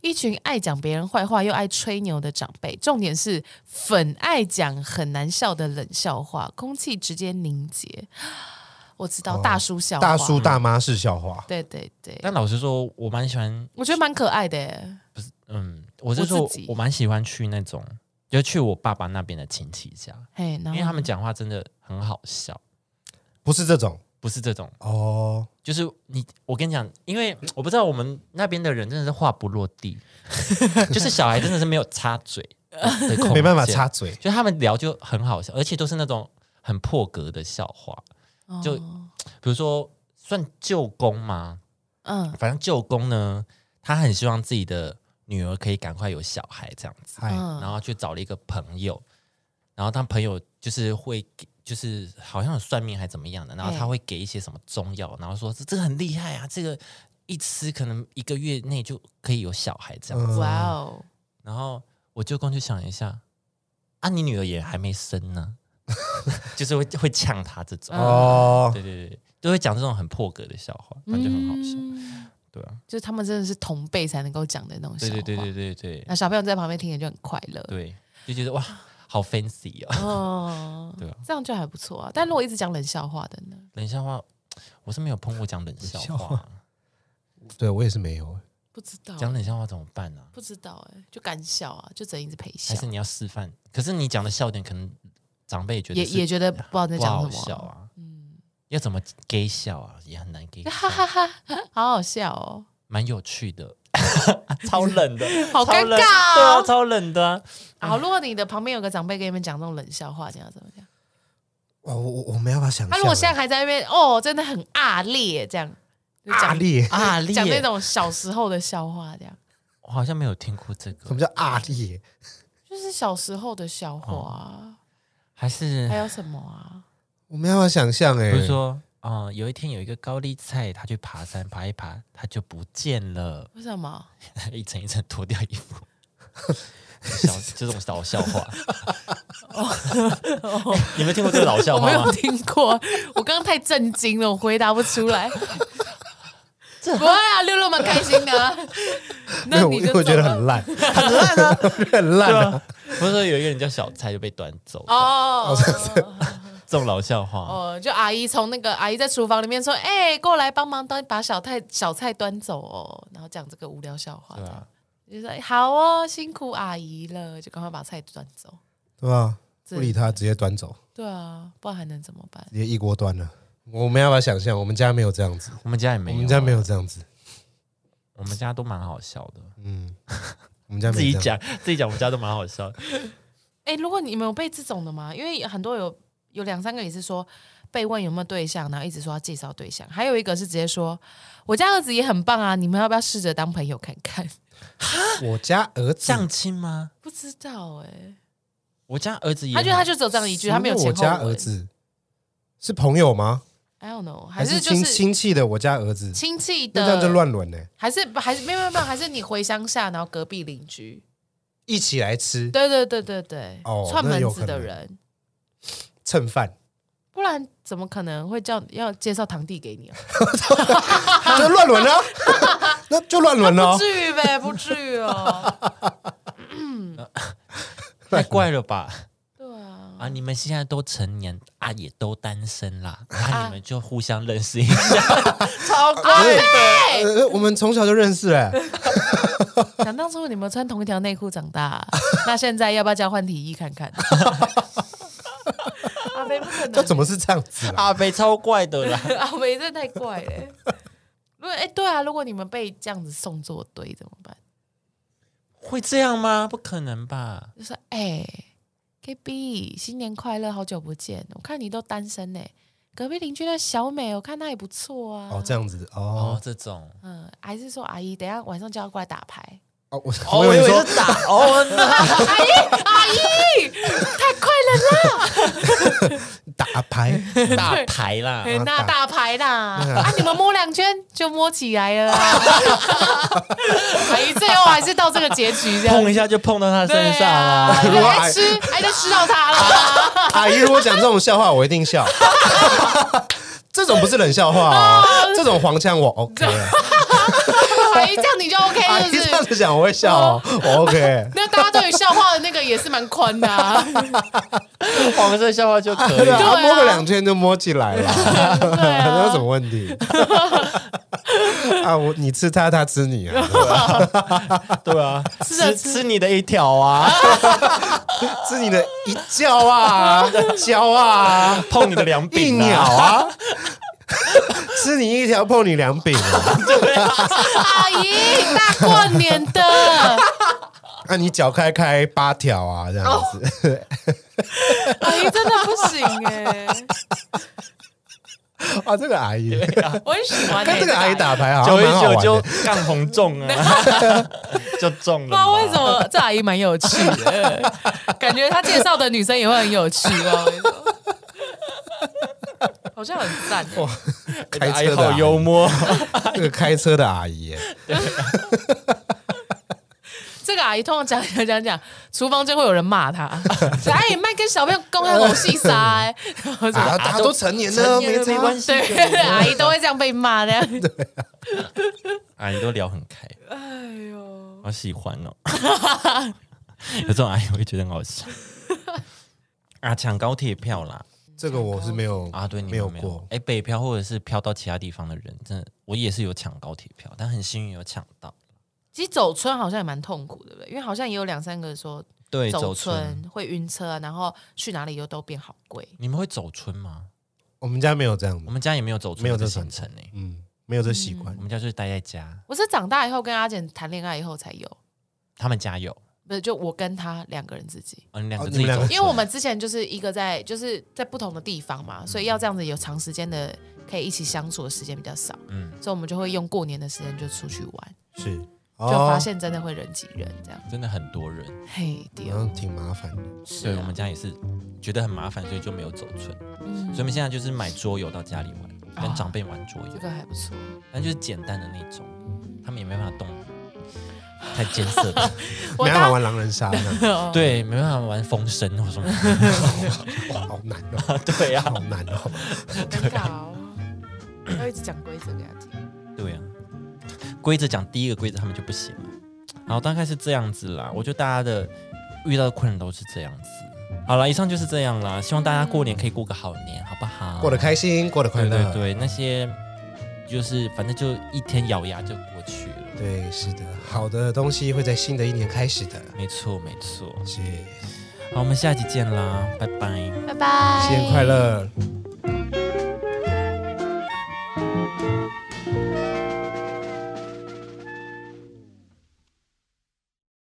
Speaker 2: 一群爱讲别人坏话又爱吹牛的长辈，重点是粉爱讲很难笑的冷笑话，空气直接凝结。 我知
Speaker 1: 哦
Speaker 2: 道大叔笑话，
Speaker 3: 大叔大妈是笑话，
Speaker 2: 对对对，
Speaker 1: 但老实说，我蛮喜欢，
Speaker 2: 我觉得蛮可爱的耶。
Speaker 1: 嗯，我是说
Speaker 2: 我自己
Speaker 1: 我蛮喜欢去那种，就去我爸爸那边的亲戚家，
Speaker 2: 嘿，
Speaker 1: 因
Speaker 2: 然后
Speaker 1: 为他们讲话真的很好笑，
Speaker 3: 不是这种
Speaker 1: 不是这种，
Speaker 3: 哦。
Speaker 1: 就是你，我跟你讲，因为 我不知道我们那边的人真的是话不落地， 就是小孩真的是没有插嘴的空间
Speaker 3: 没办法插嘴，
Speaker 1: 就他们聊就很好笑，而且都是那种很破格的笑话，就
Speaker 2: 哦
Speaker 1: 比如说算舅公吗？
Speaker 2: 嗯
Speaker 1: 反正舅公呢，他很希望自己的女儿可以赶快有小孩这样子，
Speaker 3: 嗨，
Speaker 1: 然
Speaker 2: 嗯，
Speaker 1: 后去找了一个朋友，然后他朋友就是会给。就是好像有算命还怎么样的，然后
Speaker 2: 哎
Speaker 1: 他会给一些什么中药，然后说这这个很厉害啊，这个一吃可能一个月内就可以有小孩这样子。
Speaker 3: 嗯
Speaker 2: 哇哦，
Speaker 1: 然后我舅公就想一下，啊，你女儿也还没生呢， 就是会会呛他这
Speaker 2: 嗯
Speaker 1: 种，
Speaker 3: 哦，
Speaker 1: 对对对，就会讲这种很破格的笑话，反正就很好笑，
Speaker 2: 嗯
Speaker 1: 对啊，
Speaker 2: 就是他们真的是同辈才能够讲的那种笑
Speaker 1: 对
Speaker 2: 话。
Speaker 1: 对对对对对
Speaker 2: 那小朋友在旁边听着就很快乐。
Speaker 1: 对，就觉得哇， 好 fancy 哦，
Speaker 2: 哦，
Speaker 1: 对啊
Speaker 2: 这样就还不错啊。但如果一直讲冷笑话的呢？
Speaker 1: 冷笑话，我是没有碰过讲冷笑
Speaker 3: 冷笑
Speaker 1: 话
Speaker 3: 话，对我也是没有，
Speaker 2: 不知道，啊
Speaker 1: 讲冷笑话怎么办呢、啊？
Speaker 2: 不知道哎、就干笑啊，就只能一直陪笑
Speaker 1: 还，是你要示范？可是你讲的笑点可能长辈觉得
Speaker 2: 也
Speaker 1: 是
Speaker 2: 也觉得不知道你在
Speaker 1: 不好
Speaker 2: 讲什
Speaker 1: 笑
Speaker 2: 么，
Speaker 1: 啊，
Speaker 2: 嗯，
Speaker 1: 要怎么 gay 笑啊，也很难 gay，
Speaker 2: 哈哈哈，好好笑哦。
Speaker 1: 蛮有趣 的，超冷的，
Speaker 2: 好
Speaker 1: 超冷
Speaker 2: 尴尬哦
Speaker 1: 对啊，超冷的啊、
Speaker 2: 好，如果你的旁边有个长辈给你们讲这种冷笑话，这样怎么讲？
Speaker 3: 哇，我我我没办法想象欸。
Speaker 2: 他如果现在还在那边，哦，真的很啊烈，这样就
Speaker 3: 阿
Speaker 2: 讲
Speaker 3: 烈，
Speaker 1: 啊，烈
Speaker 2: 讲那种小时候的笑话，这样
Speaker 1: 我好像没有听过这
Speaker 3: 什
Speaker 1: 个
Speaker 3: 么，叫阿烈？
Speaker 2: 就是小时候的笑话啊。
Speaker 3: 哦
Speaker 1: 还是
Speaker 2: 还有什么啊？
Speaker 3: 我没办法想象哎
Speaker 1: 比。如说，嗯、有一天有一个高丽菜，他去爬山，爬一爬，他就不见了，
Speaker 2: 为什么？
Speaker 1: 一层一层脱掉衣服。 小这种老笑话， 你们听过这个老笑
Speaker 2: 我
Speaker 1: 话
Speaker 2: 没有
Speaker 1: 吗？
Speaker 2: 听过，我刚刚太震惊了，我回答不出来。不会啊，六六蛮开心的 啊、
Speaker 3: 因
Speaker 2: 那
Speaker 3: 为我
Speaker 2: 你
Speaker 3: 因为
Speaker 2: 就
Speaker 3: 我觉得
Speaker 2: 走吧
Speaker 3: 很 烂，
Speaker 1: 很烂啊，
Speaker 3: 很烂
Speaker 1: 对
Speaker 3: 啊。
Speaker 1: 啊。 不是说有一个人叫小蔡就被端走，
Speaker 2: 哦
Speaker 1: 这种老笑话，
Speaker 2: 哦，就阿姨从那个阿姨在厨房里面说：“哎、过来帮忙端把小菜小菜端走哦。”然后讲这个无聊笑话，
Speaker 1: 对
Speaker 2: 这
Speaker 1: 啊
Speaker 2: 样，就说：“好哦，辛苦阿姨了。”就赶快把菜端走。
Speaker 3: 对吧？
Speaker 2: 这
Speaker 3: 不理他，直接端走，
Speaker 2: 对啊，不然还能怎么办？
Speaker 3: 直接一锅端了。我没办法想象，我们家没有这样子，
Speaker 1: 我们家也没
Speaker 3: 我
Speaker 1: 有，
Speaker 3: 们家没有，啊这样子，
Speaker 1: 我们家都蛮好笑的。
Speaker 3: 嗯，我们家
Speaker 1: 自
Speaker 3: 没有
Speaker 1: 己
Speaker 3: 这样。
Speaker 1: 讲自己讲，我们家都蛮好笑的。
Speaker 2: 哎、如果你们有被这种的吗？因为很多有有两三个也是说被问有没有对象，然后一直说要介绍对象，还有一个是直接说我家儿子也很棒啊，你们要不要试着当朋友看看？
Speaker 3: 我家儿子，
Speaker 2: 嗯
Speaker 1: 相亲吗？
Speaker 2: 不知道哎、
Speaker 1: 我家儿子也
Speaker 2: 他
Speaker 1: 很，
Speaker 2: 觉得他就只有这样一句，他没有
Speaker 3: 我
Speaker 2: 前后
Speaker 3: 家
Speaker 2: 文。
Speaker 3: 儿子是朋友吗？
Speaker 2: I don't know，
Speaker 3: 还
Speaker 2: 还是就
Speaker 3: 亲
Speaker 2: 是
Speaker 3: 亲戚的？我家儿子，
Speaker 2: 亲戚
Speaker 3: 那这样就
Speaker 2: 的，
Speaker 3: 乱伦欸呢？
Speaker 2: 还是还是没有没有没有，还是你回乡下，然后隔壁邻居，
Speaker 3: 一起来吃
Speaker 2: 对对对对对，
Speaker 3: 哦
Speaker 2: 串
Speaker 3: 那
Speaker 2: 门
Speaker 3: 有
Speaker 2: 子
Speaker 3: 可
Speaker 2: 的
Speaker 3: 能
Speaker 2: 人，
Speaker 3: 蹭饭，
Speaker 2: 不然怎么可能会叫要介绍堂弟给你啊？
Speaker 3: 就乱伦 啊，那就乱伦
Speaker 2: 不
Speaker 3: 哦。
Speaker 2: 至于呗， 不至于哦。
Speaker 1: 太怪了吧？
Speaker 2: 对啊，
Speaker 1: 啊，你们现在都成年啊，也都单身啦，啊，
Speaker 2: 啊
Speaker 1: 你们就互相认识一下。
Speaker 2: 超怪的。
Speaker 3: 呃，我们从小就认识哎、
Speaker 2: 想当初你们穿同一条内裤长大、啊 那现在要不要交换体衣看看？ 阿飞不可
Speaker 3: 这
Speaker 2: 能，
Speaker 3: 怎么是这样子啊？
Speaker 1: 阿北超怪的啦，
Speaker 2: 阿飞这太怪了、如果哎、对啊，如果你们被这样子送作堆怎么办？
Speaker 1: 会这样吗？不可能吧？
Speaker 2: 就说哎、k B 新年快乐，好久不见，我看你都单身呢、隔壁邻居的小美，我看她也不错啊。
Speaker 3: 哦，这样子
Speaker 1: 哦
Speaker 3: 哦，
Speaker 1: 这种
Speaker 2: 嗯，还是说阿姨，等一下晚上就要过来打牌。
Speaker 3: 哦，我
Speaker 1: 哦，
Speaker 3: 我
Speaker 1: 我以
Speaker 3: 以为
Speaker 1: 为
Speaker 3: 说
Speaker 1: 是打哦，那
Speaker 2: 阿姨，太 快了
Speaker 3: 打 牌，
Speaker 1: 打牌啦，
Speaker 2: 啦，哎那大牌啦！
Speaker 3: 对啊
Speaker 2: 啊，你们摸两圈就摸起来 了啊。阿姨最后还是到这个结局这
Speaker 1: 碰
Speaker 2: 样。
Speaker 1: 一下就碰到他
Speaker 2: 对
Speaker 1: 身上
Speaker 2: 啊，
Speaker 1: 啊。
Speaker 3: 如果阿
Speaker 2: 还吃，还能吃到 它了。
Speaker 3: 阿姨如果讲这种笑话，我一定笑。 这种不是冷笑话哦，这种黄腔我 OK，
Speaker 2: 阿姨这样你就
Speaker 3: 阿
Speaker 2: OK，
Speaker 3: 姨
Speaker 2: 就
Speaker 3: 这样
Speaker 2: 是。
Speaker 3: 子讲我会笑哎哦，我 OK。
Speaker 2: 那大家对于笑话的那个也是蛮宽 的啊。
Speaker 1: 黄色笑话就可以
Speaker 3: 对
Speaker 1: 了。
Speaker 3: 啊，
Speaker 2: 对啊
Speaker 3: 摸个两圈就摸起来了，
Speaker 2: 对
Speaker 3: 那有什
Speaker 2: 啊
Speaker 3: 么，问 题？啊，我你吃他，他吃你啊，
Speaker 1: 对啊，
Speaker 2: 吃着
Speaker 1: 吃
Speaker 2: 吃
Speaker 1: 吃你的一条啊，
Speaker 3: 吃你的一觉 啊，脚啊，
Speaker 1: 碰你的两
Speaker 3: 一
Speaker 1: 柄
Speaker 3: 鸟
Speaker 1: 啊，
Speaker 3: 啊， 吃你一条，碰你两饼啊，
Speaker 2: 阿姨大过年 的，
Speaker 3: 那你脚开开八条啊，这样子。
Speaker 2: 阿姨真的不行哎，
Speaker 1: 哦
Speaker 3: 啊，这个阿姨，
Speaker 2: 我很喜欢欸
Speaker 3: 跟这个阿姨打牌好
Speaker 1: 久
Speaker 3: 像
Speaker 1: 一
Speaker 3: 蛮好
Speaker 1: 久就
Speaker 3: 玩的。
Speaker 1: 干红中 啊，就中
Speaker 2: 不
Speaker 1: 了嘛。
Speaker 2: 知道为什么 这阿姨蛮有趣的，呃感觉她介绍的女生也会很有趣哦。我跟你说好像很赞欸，
Speaker 3: 开
Speaker 1: 哎
Speaker 3: 车的
Speaker 1: 好
Speaker 3: 阿姨
Speaker 1: 幽默，
Speaker 3: 这个开车的阿 姨耶，
Speaker 2: 这个阿姨通常讲讲讲讲，厨房就会有人骂她， 阿姨卖跟小朋友公开好戏杀欸， 然后什么
Speaker 1: 哎
Speaker 3: 啊，大家都成年了，
Speaker 1: 成年了
Speaker 3: 差
Speaker 1: 没关系
Speaker 2: 对，阿姨都会这样被骂的。
Speaker 1: 阿姨都聊很开，
Speaker 2: 哎呦，
Speaker 1: 好喜欢 哦。有这种阿姨我会觉得很好笑啊，抢高铁票啦
Speaker 3: 这个我是没有
Speaker 1: 啊，对，你
Speaker 3: 没有
Speaker 1: 们没有
Speaker 3: 过。
Speaker 1: 哎，北漂或者是漂到其他地方的人，真的我也是有抢高铁票，但很幸运有抢到。
Speaker 2: 其实走村好像也蛮痛苦，对不对？因为好像也有两三个说
Speaker 1: 对，
Speaker 2: 走
Speaker 1: 走
Speaker 2: 村会晕车，啊然后去哪里又都变好贵。
Speaker 1: 你们会走村吗？
Speaker 3: 我们家没有这样
Speaker 1: 我
Speaker 3: 的，
Speaker 1: 们家也没有走村
Speaker 3: 没有
Speaker 1: 这
Speaker 3: 这
Speaker 1: 个
Speaker 3: 种
Speaker 1: 行程呢、
Speaker 3: 嗯，没有这习惯
Speaker 1: 我。们家就是待在家，
Speaker 2: 我是长大以后跟阿简谈恋爱以后才有，
Speaker 1: 他们家有，
Speaker 2: 不是就我跟他两个人自己。
Speaker 1: 嗯、你两
Speaker 3: 哦
Speaker 1: 个
Speaker 3: 你
Speaker 1: 自己
Speaker 3: 们两
Speaker 1: 走
Speaker 3: 个
Speaker 1: 村，
Speaker 2: 因为我们之前就是一个在就是在不同的地方嘛，所以
Speaker 3: 嗯
Speaker 2: 要这样子有长时间的可以一起相处的时间比较少，
Speaker 1: 嗯，
Speaker 2: 所以我们就会用过年的时间就出去玩，
Speaker 3: 是，
Speaker 2: 就发
Speaker 3: 哦，
Speaker 2: 现真的会人挤人这样。
Speaker 1: 真的很多人，
Speaker 2: 嘿，对
Speaker 3: 好，像挺麻烦的。
Speaker 2: 是
Speaker 1: 对我
Speaker 2: 啊
Speaker 1: 们家也是觉得很麻烦，所以就没有走村，
Speaker 2: 嗯啊
Speaker 1: 所以我们现在就是买桌游到家里玩，跟长辈玩桌游
Speaker 2: 这，个还 不错。
Speaker 1: 但就是简单的那种，他们也没办法动，太艰涩 了，
Speaker 2: 我
Speaker 3: 没办
Speaker 2: 大
Speaker 3: 法玩狼人杀，这样
Speaker 1: 对，没办法玩风声或什么，
Speaker 3: 哇好难哦，
Speaker 1: 对啊呀、
Speaker 3: 好难哦。
Speaker 2: 尴尬哦，要一直讲规则给他听。
Speaker 1: 对呀、啊规则讲第一个规则他们就不行了。好，大概是这样子啦。我觉得大家的遇到的困难都是这样子。好了，以上就是这样啦。希望大家过年可以过个好年，好不好？
Speaker 3: 过得开心，过得快
Speaker 1: 对
Speaker 3: 乐
Speaker 1: 对，对，那些就是反正就一天咬牙就过去了。
Speaker 3: 对，是的，好的东西会在新的一年开始的。
Speaker 1: 没错，没错。
Speaker 3: 是，新
Speaker 1: 好，我们下期见啦，拜拜。
Speaker 2: 拜拜，
Speaker 3: 年快乐。